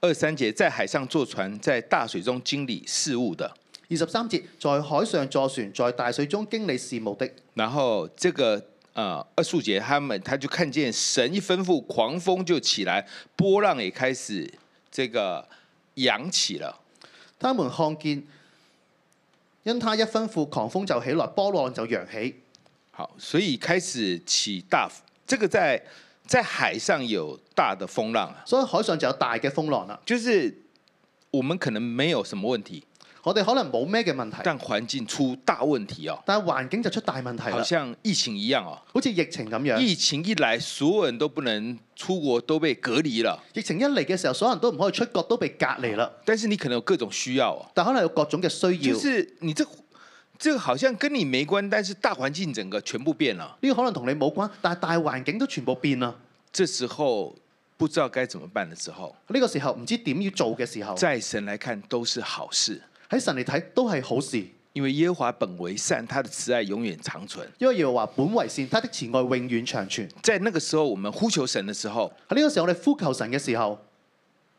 Speaker 2: 二三节，在海上坐船，在大水中经理事务的，
Speaker 3: 二十三節，在海上坐船，在大水中經理事務的。
Speaker 2: 然后这个呃二十五节，他们他就看见神一吩咐，狂风就起来，波浪也开始这个扬起了。
Speaker 3: 他們看見，因他一吩咐，狂風就起來，波浪就揚起。
Speaker 2: 好，所以开始起大，这个在在海上有大的风浪啊，
Speaker 3: 所以海上就有大嘅風浪啦。
Speaker 2: 就是我们可能没有什么问题，
Speaker 3: 我哋可能冇咩嘅問題，
Speaker 2: 但环境出大问题哦，
Speaker 3: 但係環境就出大問題
Speaker 2: 好
Speaker 3: 啦，
Speaker 2: 像疫情一样哦。
Speaker 3: 好似疫情咁樣。
Speaker 2: 疫情一来，所有人都不能出国，都被隔离了。
Speaker 3: 疫情一嚟嘅時候，所有人都唔可以出國，都被隔離啦。
Speaker 2: 但是你可能有各种需要哦，
Speaker 3: 但可能有各種嘅需要，
Speaker 2: 就
Speaker 3: 呢、
Speaker 2: 是你这这个好像跟你没关，但是大环境整个全部变了。
Speaker 3: 個可能同你冇關，但係大環境都全部變啦。
Speaker 2: 这时候不知道该怎么办的时候，
Speaker 3: 呢個時候唔知點要做嘅時候，
Speaker 2: 在神来看都是好事，
Speaker 3: 喺神嚟睇都係好事，
Speaker 2: 因为耶和华本为善，他的慈爱永远长存。
Speaker 3: 因為耶和華本為善，他的慈愛永遠長存。
Speaker 2: 在那个时候，我们呼求神的时候，
Speaker 3: 喺呢個時候，我哋呼求神嘅時候，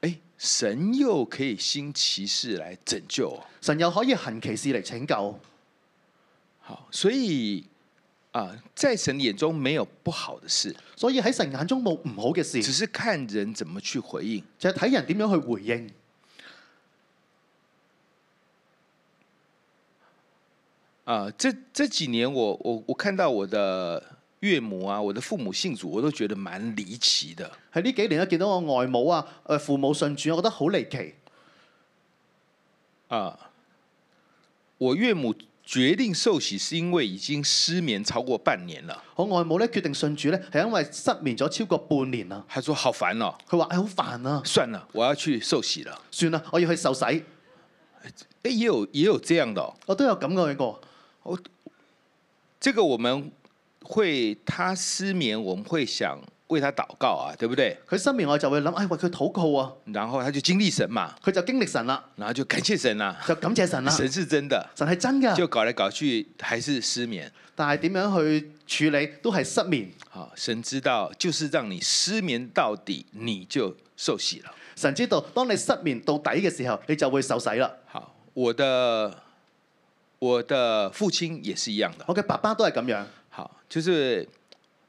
Speaker 2: 哎，神又可以兴奇事来拯救哦。
Speaker 3: 神又可以行其事嚟拯救。
Speaker 2: 好，所以啊、在神眼中没有不好的事，
Speaker 3: 所以喺神眼中冇唔好嘅事
Speaker 2: 只，是看人怎么去回应。
Speaker 3: 就係睇人點樣去回應。
Speaker 2: 啊、这这几年我我我看到我的岳母啊，我的父母信主，我都觉得蛮离奇的。
Speaker 3: 喺呢幾年咧，見到我外母啊、誒父母信主，我覺得好離奇。
Speaker 2: 啊、我岳母决定受洗是因为已经失眠超过半年了。
Speaker 3: 我外母咧決定信主咧，係因為失眠咗超過半年啦。
Speaker 2: 她说好烦哦，
Speaker 3: 佢話：，唉、好煩啊，
Speaker 2: 算了，我要去受洗了。
Speaker 3: 算啦，我要去受洗。
Speaker 2: 哎，也有也有这样的、哦，
Speaker 3: 我都有咁嘅過。
Speaker 2: 这个我们会她失眠，我们会想为她祷告啊，对不对？
Speaker 3: 佢失眠，我就會諗：，唉、為佢禱告啊！
Speaker 2: 然后她就经历神嘛，
Speaker 3: 佢就經歷神啦，
Speaker 2: 然后就感谢神啊，
Speaker 3: 就感謝神啦。
Speaker 2: 神是真的，
Speaker 3: 神係真㗎，
Speaker 2: 就搞来搞去还是失眠。
Speaker 3: 但係點樣去處理都係失眠。
Speaker 2: 好，神知道，就是让你失眠到底，你就受洗了。
Speaker 3: 神知道，當你失眠到底嘅時候，你就會受洗啦。
Speaker 2: 好，我的我的父亲也是一样的。
Speaker 3: 我嘅爸爸都係咁樣，
Speaker 2: 好，就是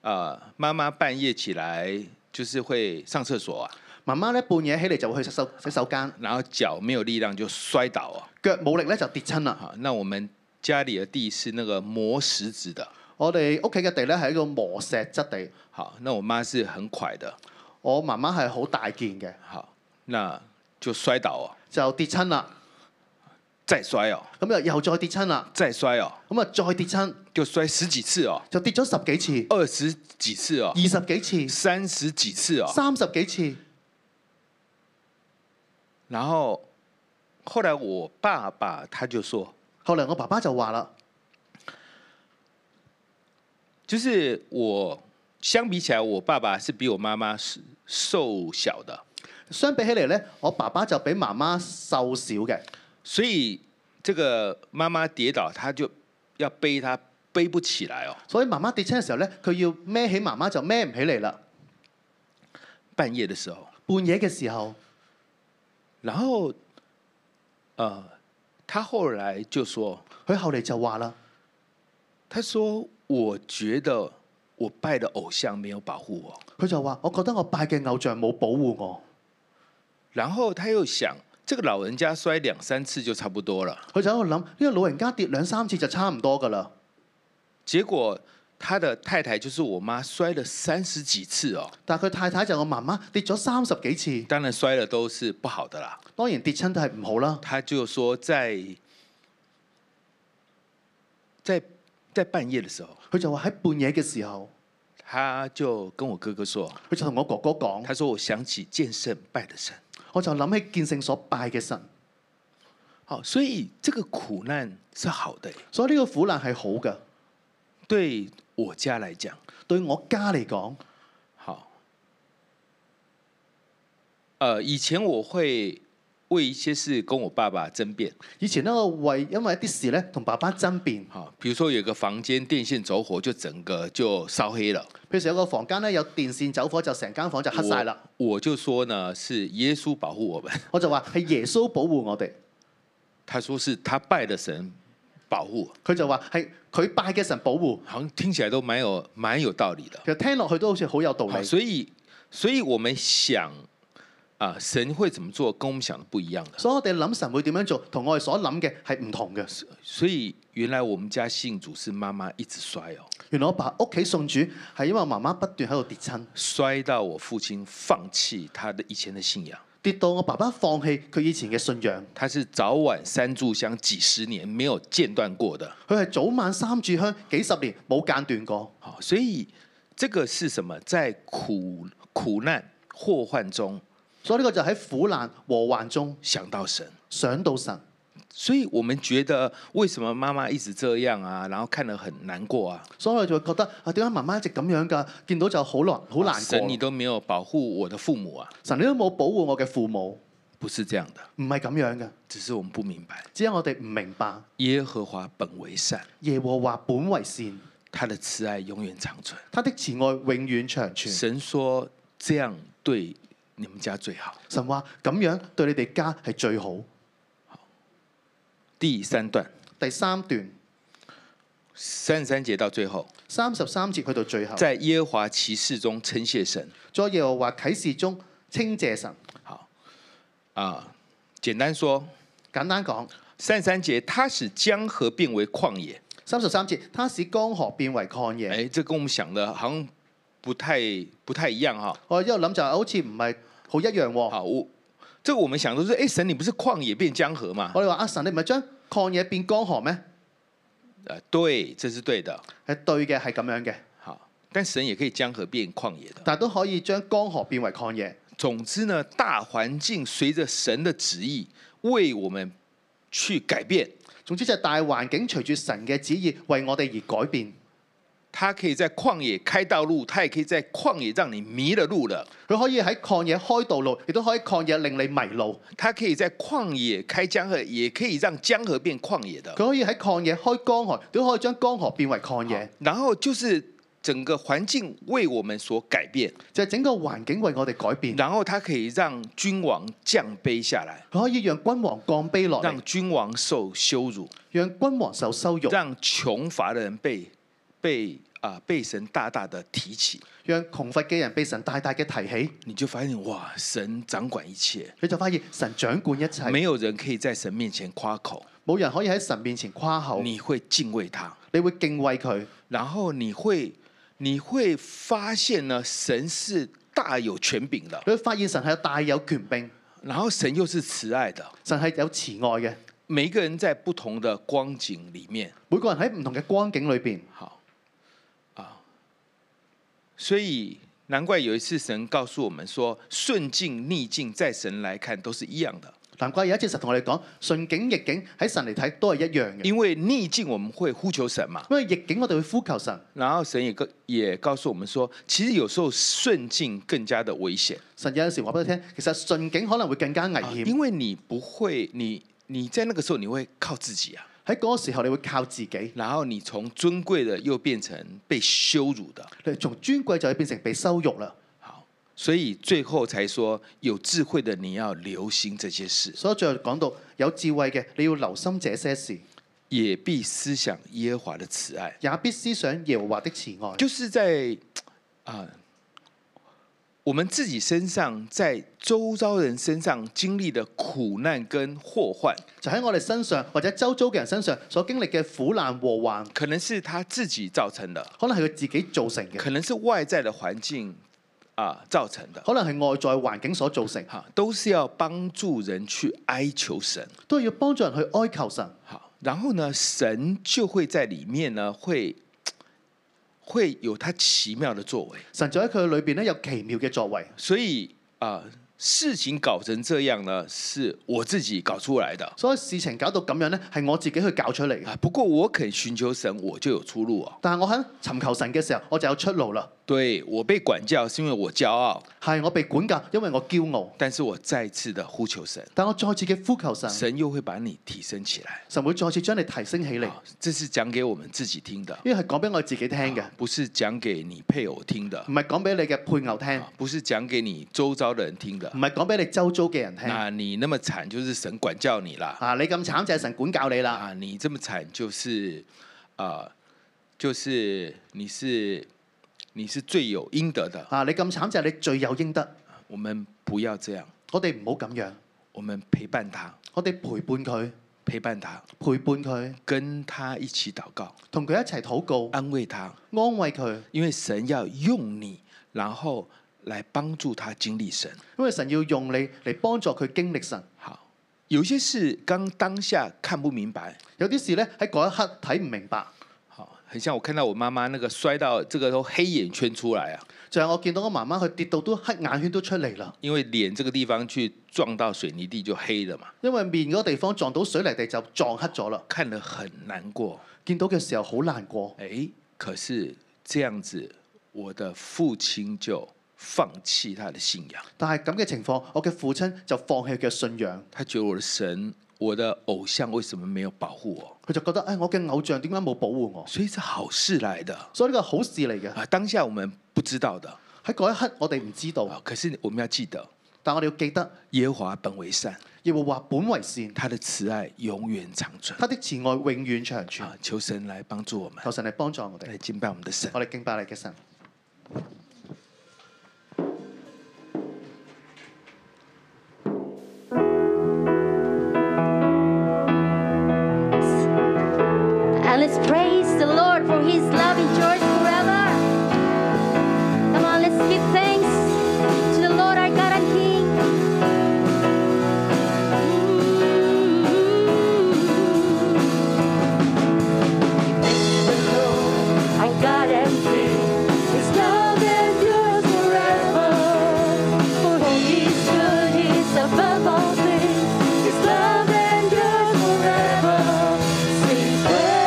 Speaker 2: 呃，妈妈半夜起来就是会上厕所啊，
Speaker 3: 媽媽咧半夜起嚟就會去洗手洗手間，
Speaker 2: 然後腳沒有力量就摔倒啊。
Speaker 3: 腳冇力咧就跌親啦。
Speaker 2: 好，那我們家裡的地是那個磨石子的。
Speaker 3: 我哋屋企嘅地咧係一個磨石質地，
Speaker 2: 好，那我媽是很快的。
Speaker 3: 我媽媽係好大件嘅，
Speaker 2: 好，那就摔倒哦，
Speaker 3: 就跌親啦。
Speaker 2: 再摔哦，
Speaker 3: 咁又又再跌親啦，
Speaker 2: 再摔哦，
Speaker 3: 咁啊再跌親，
Speaker 2: 就摔十幾次哦，
Speaker 3: 就跌咗十幾次、
Speaker 2: 二十幾次哦
Speaker 3: 二，十幾次、
Speaker 2: 三十幾次哦。
Speaker 3: 三十幾次。
Speaker 2: 然後後來我爸爸他就說，
Speaker 3: 後嚟我爸爸就話啦，
Speaker 2: 就是我相比起來，我爸爸是比我媽媽是瘦小的，
Speaker 3: 相比起嚟咧，我爸爸就比媽媽瘦小嘅。
Speaker 2: 所以這個媽媽跌倒，他就要背她背不起來哦。
Speaker 3: 所以媽媽跌親嘅時候咧，佢要孭起媽媽就孭唔起嚟啦。
Speaker 2: 半夜的時候，
Speaker 3: 半夜嘅時候，
Speaker 2: 然後呃，他後來就說，
Speaker 3: 佢後嚟就話啦：
Speaker 2: 他說我覺得我拜的偶像沒有保護我，
Speaker 3: 佢就話，我覺得我拜嘅偶像冇保護我。
Speaker 2: 然後他又想，這個老人家摔兩三次就差不多了。
Speaker 3: 佢就喺度諗，呢、個老人家跌兩三次就差唔多㗎啦。
Speaker 2: 结果他的太太就是我妈，摔了三十几次哦。
Speaker 3: 但係佢太太就我媽媽跌咗三十幾次，
Speaker 2: 当然摔了都是不好的啦。
Speaker 3: 當然跌親都係唔好啦。
Speaker 2: 他就说在在在半夜的时候，
Speaker 3: 佢就話喺半夜嘅時候，
Speaker 2: 他就跟我哥哥说，
Speaker 3: 佢就同我哥哥講，
Speaker 2: 他说我想起见圣拜的神。
Speaker 3: 我就諗起見聖所拜嘅神，
Speaker 2: 好，所以这个苦难是好的耶，
Speaker 3: 所以呢個苦難係好嘅。
Speaker 2: 对我家来讲，
Speaker 3: 對我家嚟講，
Speaker 2: 好。呃，以前我会为一些事跟我爸爸争辩。
Speaker 3: 以前咧我為因為一啲事咧同爸爸爭辯，
Speaker 2: 好，比如说有个房间电线走火，就整个就烧黑了。
Speaker 3: 譬如有個房間咧有電線走火，就成間房就黑晒啦。
Speaker 2: 我我就说呢，是耶稣保护我们。
Speaker 3: 我就話係耶穌保護我哋，
Speaker 2: 他说是他拜的神保护我，
Speaker 3: 佢就話係佢拜嘅神保護。
Speaker 2: 好像听起来都蛮有蛮有道理的。
Speaker 3: 其實聽落去都好似好有道理
Speaker 2: 好，。所以所以我们想啊，神会怎么做，跟我們想的不一样的。
Speaker 3: 所以我哋諗神會點樣做，同我哋所諗嘅係唔同嘅。
Speaker 2: 所以原来我们家信主是妈妈一直摔哦，
Speaker 3: 原來我爸屋企信主係因為我媽媽不斷喺度跌親，
Speaker 2: 摔到我父亲放弃他的以前的信仰。
Speaker 3: 跌到我爸爸放棄佢以前嘅信仰。
Speaker 2: 他是早晚三炷香几十年没有间断过的。
Speaker 3: 佢係早晚三炷香幾十年冇間斷過。
Speaker 2: 好，所以这个是什么？在苦苦难祸患中
Speaker 3: 所以呢個就喺苦難和患中
Speaker 2: 想到神。
Speaker 3: 想到神。
Speaker 2: 所以我们觉得为什么妈妈一直这样啊？然后看了很難过啊。
Speaker 3: 所以我就會覺得啊，點解媽媽一直咁樣㗎？見到就好難，好難
Speaker 2: 啊神你
Speaker 3: 過。
Speaker 2: 都没有保护我的父母啊？
Speaker 3: 神你都冇保護我嘅父母，
Speaker 2: 不是这样的，
Speaker 3: 唔係咁樣嘅。
Speaker 2: 只是我们不明白。
Speaker 3: 只係我哋唔明白
Speaker 2: 耶和華本為善，
Speaker 3: 耶和華本為善，
Speaker 2: 他的慈愛永遠長存。
Speaker 3: 他的慈愛永遠長存。
Speaker 2: 神说这样对你们家最好。
Speaker 3: 神話咁樣對你哋家係最好。
Speaker 2: 第三段
Speaker 3: 第三段
Speaker 2: 三十三节到最后，
Speaker 3: 三十三節去到最後，
Speaker 2: 在耶和华骑士中称谢神。
Speaker 3: 在耶和華啟示中稱謝神。
Speaker 2: 好啊，简单说，
Speaker 3: 簡單講，
Speaker 2: 三十三节他使江河变为旷野。
Speaker 3: 三十三節，他使江河變為曠野。
Speaker 2: 哎，这跟我们想的好像不太不太一样哈。
Speaker 3: 我一路諗就好似唔係好一樣喎。
Speaker 2: 好，我这个我们想都是，哎，神你不是旷野变江河吗？
Speaker 3: 我哋話阿神，你唔係將曠野變江河咩？
Speaker 2: 呃，对，这是对的。
Speaker 3: 係對嘅，係咁樣嘅，
Speaker 2: 好，但神也可以江河变旷野的。
Speaker 3: 但係都可以將江河變為曠野。
Speaker 2: 总之呢，大环境随着神的旨意为我们去改变，
Speaker 3: 總之就係大環境隨住神嘅旨意為我哋而改變。
Speaker 2: 它可以在旷野开道路，它也可以在旷野让你迷了路了，
Speaker 3: 佢可以喺曠野開道路，亦都可以曠野令你迷路。
Speaker 2: 它可以在旷野开江河，也可以让江河变旷野的。
Speaker 3: 佢可以喺曠野開江河，都可以將江河變為曠野。
Speaker 2: 然后就是整个环境為我们所改变，
Speaker 3: 就係整個環境為我哋改變。
Speaker 2: 然后它可以让君王降卑下来，
Speaker 3: 佢可以讓君王降卑落嚟
Speaker 2: 让，君王受羞辱，
Speaker 3: 讓君王受羞辱，
Speaker 2: 让穷乏的人被被啊、被神大大的提起。
Speaker 3: 讓窮乏嘅人被神大大嘅提起。
Speaker 2: 你就发現哇，神掌管一切，
Speaker 3: 你就發現神掌管一切，
Speaker 2: 没有人可以在神面前夸口，
Speaker 3: 冇人可以喺神面前誇口。
Speaker 2: 你会敬畏他，
Speaker 3: 你會敬畏佢，
Speaker 2: 然后你会你会发现呢，神是大有权柄的，
Speaker 3: 你會發現神係大有權柄，
Speaker 2: 然后神又是慈爱的。
Speaker 3: 神係有慈愛嘅。
Speaker 2: 每一个人在不同的光景里面，
Speaker 3: 每個人喺唔同嘅光景裏邊，
Speaker 2: 好啊，所以难怪有一次神告诉我们说，顺境逆境在神来看都是一样的，
Speaker 3: 難怪有一次神同我哋講順境逆境喺神嚟睇都係一樣嘅，因
Speaker 2: 因為逆境我們會呼求神嘛，
Speaker 3: 為逆境我哋會呼求神，
Speaker 2: 然后神也告也告诉我们说，其实有时候顺境更加的危险，
Speaker 3: 神有陣時話俾你聽，其實順境可能會更加危
Speaker 2: 啊
Speaker 3: 險。
Speaker 2: 因為你不会，你你在那个時候你会靠自己啊，
Speaker 3: 喺嗰個時候，你會靠自己，
Speaker 2: 然后你從尊貴的又變成被羞辱的，
Speaker 3: 你從尊貴就會變成被羞辱啦。
Speaker 2: 好，所以最後才說有智慧的你要留心這些事，
Speaker 3: 所以最後講到有智慧嘅，你要留心這些事，
Speaker 2: 也必思想耶和華的慈愛，
Speaker 3: 也必思想耶和華的慈愛。
Speaker 2: 就是在啊、我們自己身上，在周遭人身上經歷的苦難跟禍患，
Speaker 3: 就喺我哋身上或者周遭嘅人身上所經歷嘅苦難禍患，
Speaker 2: 可能是他自己造成的，
Speaker 3: 可能係佢自己造成嘅，
Speaker 2: 可能是外在的環境啊、造成的。
Speaker 3: 可能係外在環境所造成，
Speaker 2: 好，都是要幫助人去哀求神。
Speaker 3: 都要幫助人去哀求神。
Speaker 2: 好，然后呢，神就會在裡面呢，會会有他奇妙的作為。
Speaker 3: 神就喺佢裏邊咧有奇妙嘅作為，
Speaker 2: 所以啊、事情搞成这樣呢，是我自己搞出來的
Speaker 3: 所以事情搞到咁樣咧係我自己去搞出嚟嘅。
Speaker 2: 啊。不過我肯尋求神，我就有出路哦。
Speaker 3: 但係我喺尋求神嘅時候，我就有出路啦。
Speaker 2: 對我被管教是因為我驕傲，
Speaker 3: 係我被管教，因為我驕傲。
Speaker 2: 但是我再次的呼求神，
Speaker 3: 但我再次嘅呼求神，
Speaker 2: 神又會把你提升起来。
Speaker 3: 神會再次將你提升起嚟。
Speaker 2: 好这是講給我們自己聽的，
Speaker 3: 呢個係講俾我自己聽嘅
Speaker 2: 啊，不是講給你配偶聽的
Speaker 3: 唔，係講俾你嘅配偶聽，
Speaker 2: 啊不是講給你周遭的人聽的。的
Speaker 3: 唔。係講俾你周遭嘅人聽。
Speaker 2: 那你那么惨，就是神管教你啦。
Speaker 3: 啊，你咁慘就係神管教你啦。
Speaker 2: 啊，你这么惨，就是啊、就是你是你是罪有应得的。
Speaker 3: 啊，你咁慘就係你罪有應得。
Speaker 2: 我們不要這樣，
Speaker 3: 我哋唔好咁樣，
Speaker 2: 我們陪伴他，
Speaker 3: 我哋陪伴佢，
Speaker 2: 陪伴他，
Speaker 3: 陪伴佢，
Speaker 2: 跟他一起禱告，
Speaker 3: 同佢一齊禱告，
Speaker 2: 安慰他，
Speaker 3: 安慰佢，
Speaker 2: 因为神要用你，然后来帮助他经历神。
Speaker 3: 因為神要用你嚟幫助佢經歷神。
Speaker 2: 好，有些事刚当下看不明白，
Speaker 3: 有啲事呢，喺嗰一刻睇唔明白，
Speaker 2: 好，很像我看到我妈妈那个摔到这个都黑眼圈出来啊，
Speaker 3: 就係、我見到我媽媽佢跌到都黑眼圈都出嚟啦，
Speaker 2: 因为脸这个地方去撞到水泥地就黑了嘛，
Speaker 3: 因為面嗰個地方撞到水泥地就撞黑咗啦。
Speaker 2: 看得很难过。
Speaker 3: 見到嘅時候好難過，
Speaker 2: 哎，可是这样子，我的父亲就放弃他的信仰，
Speaker 3: 但係咁嘅情況，我嘅父親就放棄佢嘅信仰，
Speaker 2: 他觉得我的神，我的偶像为什么没有保护我？
Speaker 3: 佢就覺得誒、唉哎我嘅偶像點解冇保護我？
Speaker 2: 所以是好事来的
Speaker 3: 所以呢個好事嚟嘅。
Speaker 2: 啊！当下我们不知道的
Speaker 3: 喺嗰一刻我哋唔知道，
Speaker 2: 啊，可是我们要记得，
Speaker 3: 但我哋要記得
Speaker 2: 耶和华本为善，
Speaker 3: 耶和華本為善，
Speaker 2: 他的慈愛永遠長存
Speaker 3: 他的慈愛永遠長存。
Speaker 2: 啊！求神来帮助我们，
Speaker 3: 求神嚟幫助我哋，
Speaker 2: 来敬拜我们的神。
Speaker 3: 我哋敬拜你嘅神。
Speaker 4: And let's praise the Lord for His love endures forever. Come on, let's give thanks to the Lord our God and King. Mm-hmm. Give thanks to the Lord our God and King. His love endures forever. For He is good, He is above all things. His love endures forever. Sweet praise.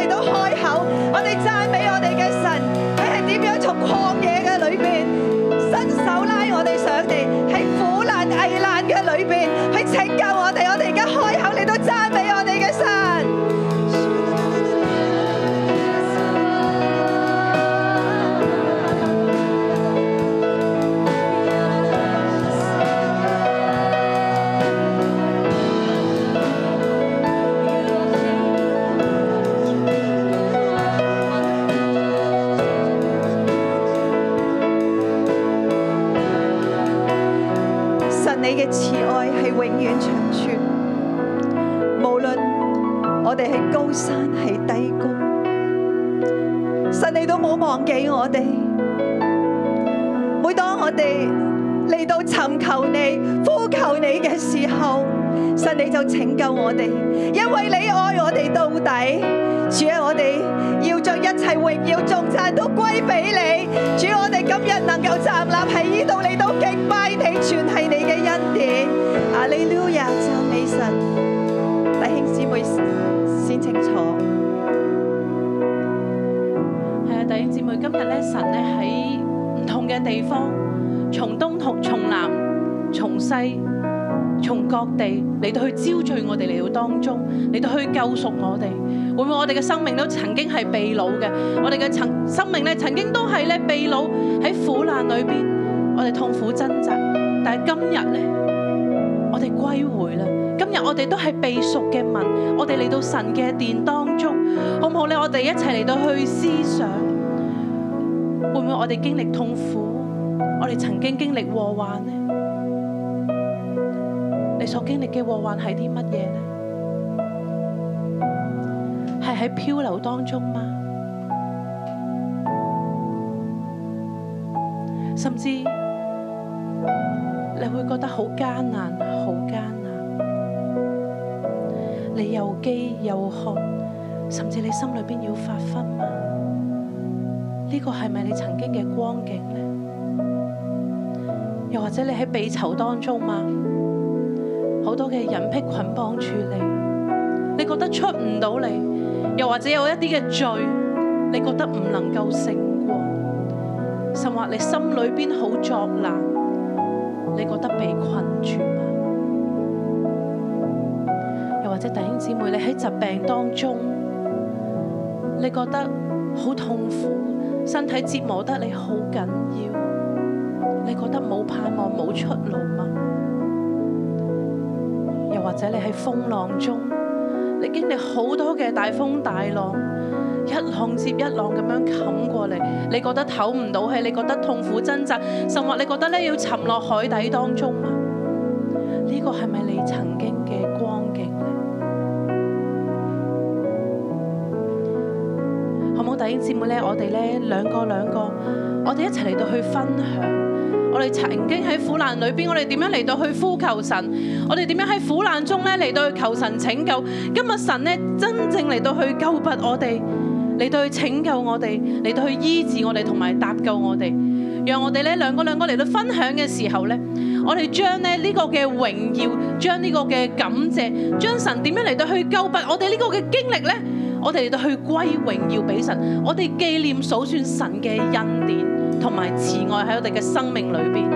Speaker 5: 哋讚美我哋嘅神，佢係點樣從曠野嘅裏邊伸手拉我哋上嚟，喺苦難危難嘅裏邊去拯救我哋。我哋而家開口嚟到讚美我哋嘅神。神你嘅慈愛係永遠長存，無論我哋喺高山喺低谷，神你都冇忘記我哋。每當我哋嚟到尋求你、呼求你嘅時候，神你就拯救我哋，因為你愛我哋到底。主啊，我哋要將一切榮耀頌讚都歸俾你。主，我哋今日能夠站立喺呢度嚟到敬拜你，全係你嘅恩典。阿利路亞，讚美神！弟兄姊妹先清楚。
Speaker 6: 係啊，弟兄姊妹，今日咧神咧喺唔同嘅地方，從東同從南、從西、從各地嚟到去招聚我哋嚟到當中，嚟到去救贖我哋。會唔會我哋嘅生命都曾經係被擄嘅？我哋嘅曾生命咧曾經都係咧被擄喺苦難裏邊，我哋痛苦掙扎。但係今日咧，我哋歸回啦。今日我哋都係被贖嘅民，我哋嚟到神嘅殿當中。好唔好咧？我哋一齊嚟到去思想，會唔會我哋經歷痛苦？我哋曾經經歷禍患呢？你所經歷嘅禍患係啲乜嘢呢？係喺漂流當中嗎？甚至你會覺得好艱難，好艱難，你又飢又渴。甚至你心裏邊要發昏嗎？呢個係咪你曾經嘅光景呢？又或者你喺被囚當中嗎？好多嘅人癖捆綁住你，你覺得出唔到嚟，又或者有一啲嘅罪，你覺得唔能夠勝過，甚或你心裏邊好作難，你覺得被困住嗎？又或者弟兄姊妹，你喺疾病當中。你覺得好痛苦，身體折磨得你好緊要，你覺得冇盼望、冇出路嗎？又或者你喺風浪中，你經歷好多嘅大風大浪，一浪接一浪咁樣冚過嚟，你覺得唞唔到氣，你覺得痛苦掙扎，甚或你覺得咧要沉落海底當中嗎？呢個係咪你曾經嘅光景呢？好唔好？弟兄姊妹咧，我哋咧兩個兩個，我哋一齊嚟到去分享。我哋曾經喺苦難裏邊，我哋點樣嚟到去呼求神？我哋點樣喺苦難中咧嚟到去求神拯救？今日神咧真正嚟到去救拔我哋，嚟到去拯救我哋，嚟到去醫治我哋同埋搭救我哋，讓我哋咧兩個兩個嚟到分享嘅時候咧，我哋將咧呢個嘅榮耀，將呢個嘅感謝，將神點樣嚟到去救拔我哋呢個嘅經歷咧？我哋嚟到去歸榮耀俾神，我哋紀念數算神嘅恩典同埋慈愛喺我哋嘅生命裏邊。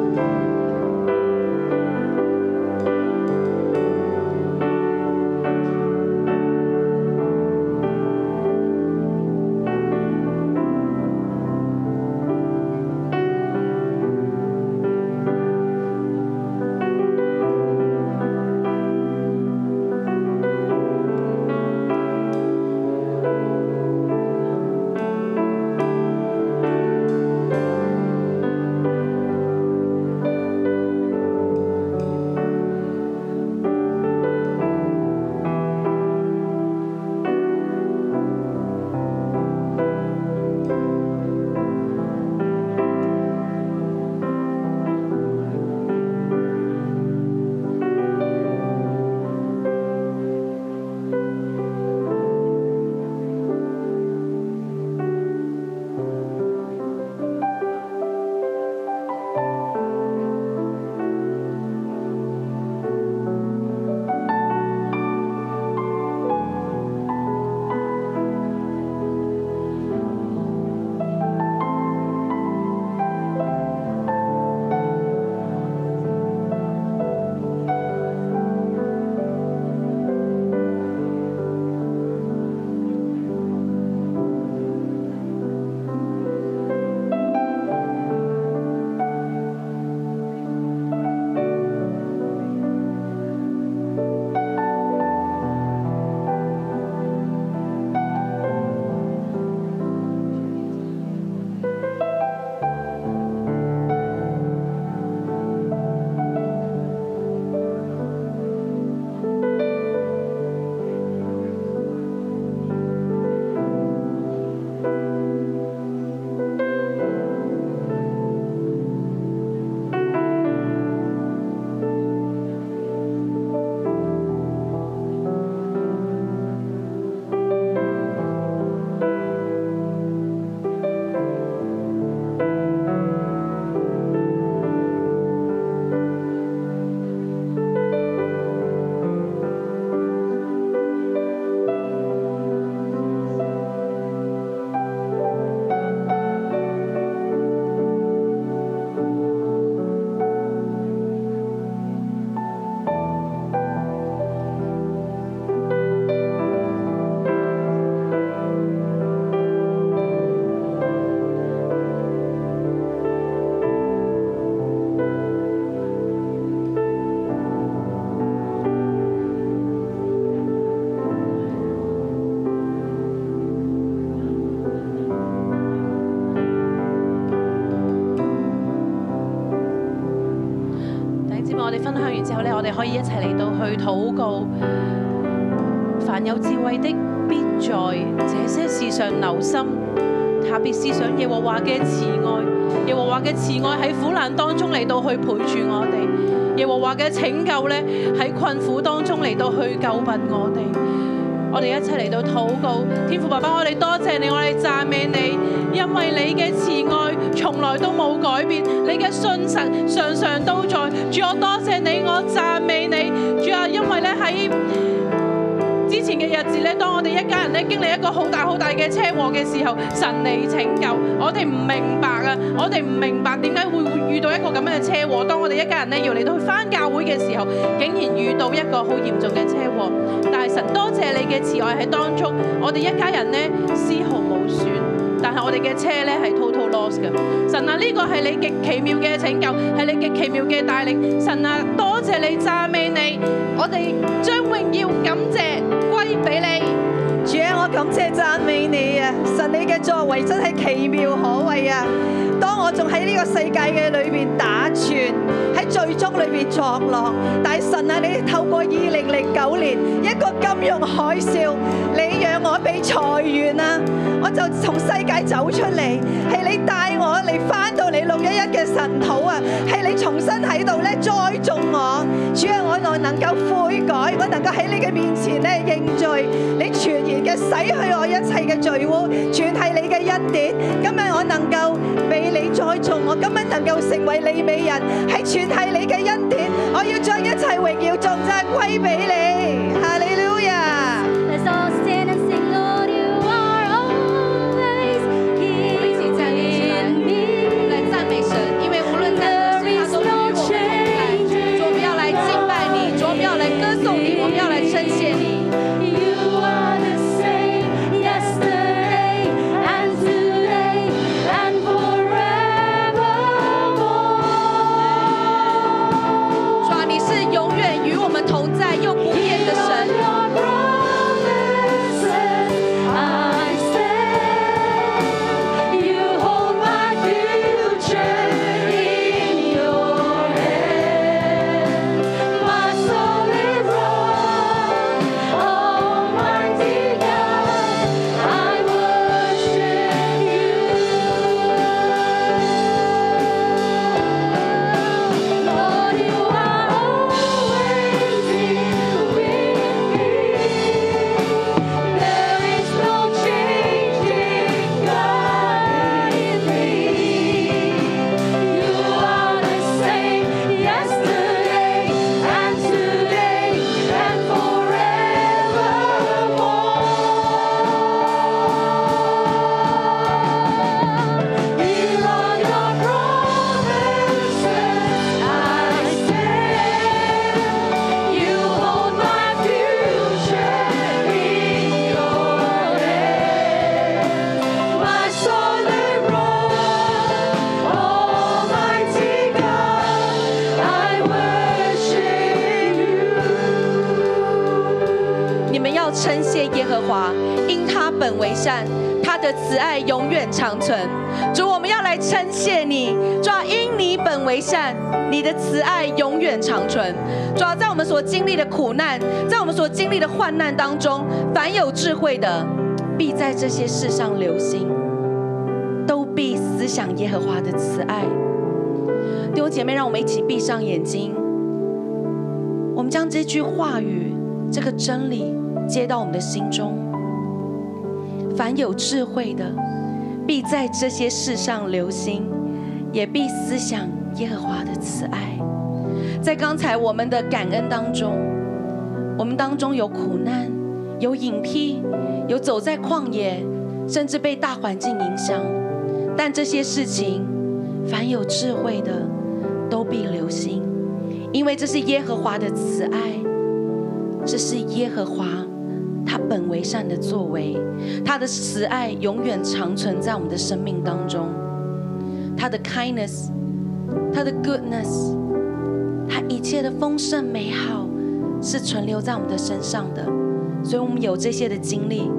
Speaker 4: 我
Speaker 6: 分享完之後咧，我哋可以一齊嚟到去禱告。凡有智慧的，必在這些事上留心，特別思想耶和華嘅慈愛。耶和華嘅慈愛喺苦難當中嚟到去陪住我哋，耶和華嘅拯救咧喺困苦當中嚟到去救拔我哋。我哋一齊嚟到禱告，天父爸爸，我哋多謝你，我哋讚美你，因為你嘅慈愛從來都冇改變，你嘅信實常常都在。主，我多謝你，我讚美你。主啊，因為咧喺之前嘅日子咧，當我哋一家人咧經歷一個好大好大嘅車禍嘅時候，神嚟拯救我哋唔明白啊！我哋唔明白點解會遇到一個咁樣嘅車禍。當我哋一家人咧要嚟到去翻教會嘅時候，竟然遇到一個好嚴重嘅車禍。但係神多謝你嘅慈愛喺當中，我哋一家人咧絲毫無損。但係我哋嘅車咧係 total loss 嘅。神啊，呢個係你極奇妙嘅拯救，係你極奇妙嘅帶領。神啊，多謝你讚美你，我哋將榮耀感謝歸俾你。
Speaker 5: 主啊，我感謝讚美你啊！神你嘅作為真係奇妙可畏啊！當我仲喺呢個世界嘅裏邊打轉，喺罪中裏邊作浪，但係神啊，你透過二零零九年一個金融海嘯，你讓我被裁員啊！我就從世界走出嚟，係你帶我嚟翻到你六一一嘅神土啊！係你重新喺度咧栽種我，主啊，我內能夠悔改，我能夠喺你嘅面前咧認罪，你全然嘅洗去我一切嘅罪污，全係你嘅恩典。今日我能夠被你栽種，我今日能夠成為利美人，係全係你嘅恩典。我要將一切榮耀頌讚歸俾你，哈利路亞！
Speaker 4: Let's all stand and sing, Lord, you are always here in me. There is no change You are the same yesterday and today and forevermore.
Speaker 7: 主啊，你是永远与我们同在又不变的神。
Speaker 4: Lord, you are always here with me. There is no change in God in me. You are the same yesterday and today and forevermore. Here are your promises I stand. You hold my future in your hand. My soul and roar, Almighty God, I worship you.
Speaker 7: 你们要称谢耶和华，因他本为善，他的慈爱永远长存。主，我们要来称谢你，主啊，因你本为善，你的慈爱永远长存。主啊，在我们所经历的苦难，在我们所经历的患难当中，凡有智慧的，必在这些事上留心，都必思想耶和华的慈爱。弟兄姐妹，让我们一起闭上眼睛。我们将这句话语、这个真理接到我们的心中。凡有智慧的，必在这些事上留心，也必思想耶和华的慈爱。在刚才我们的感恩当中，我们当中有苦难，有隐僻，有走在旷野，甚至被大环境影响。但这些事情，凡有智慧的，都必留心。因为这是耶和华的慈爱，这是耶和华他本为善的作为，他的慈爱永远长存在我们的生命当中，他的 kindness，他的 goodness，他一切的丰盛美好是存留在我们的身上的，所以我们有这些的经历。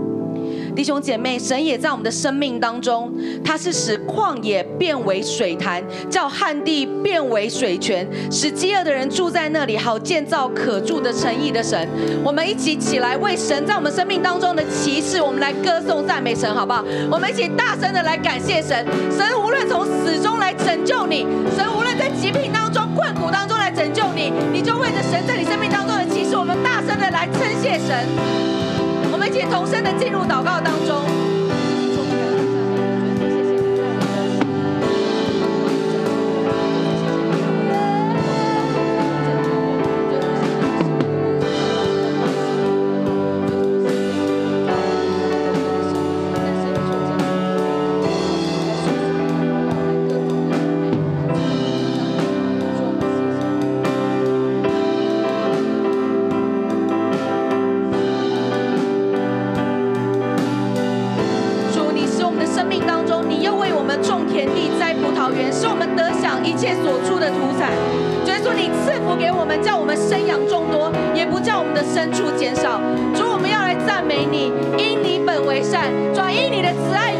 Speaker 6: 弟兄姐妹，神也在我们的生命当中，他是使旷野变为水潭，叫旱地变为水泉，使饥饿的人住在那里，好建造可住的诚意的神。我们一起起来为神在我们生命当中的启示，我们来歌颂赞美神，好不好？我们一起大声的来感谢神，神无论从死中来拯救你，神无论在疾病当中、困苦当中来拯救你，你就为着神在你生命当中的启示，我们大声的来称谢神。我们一起同声的进入祷告当中。主，你是我们的生命当中，你又为我们种田地、栽葡萄园，使我们得享一切所出的土产。主耶稣，你赐福给我们，叫我们生养众多，也不叫我们的牲畜减少。主，我们要来赞美你，因你本为善，转因你的慈爱啊啊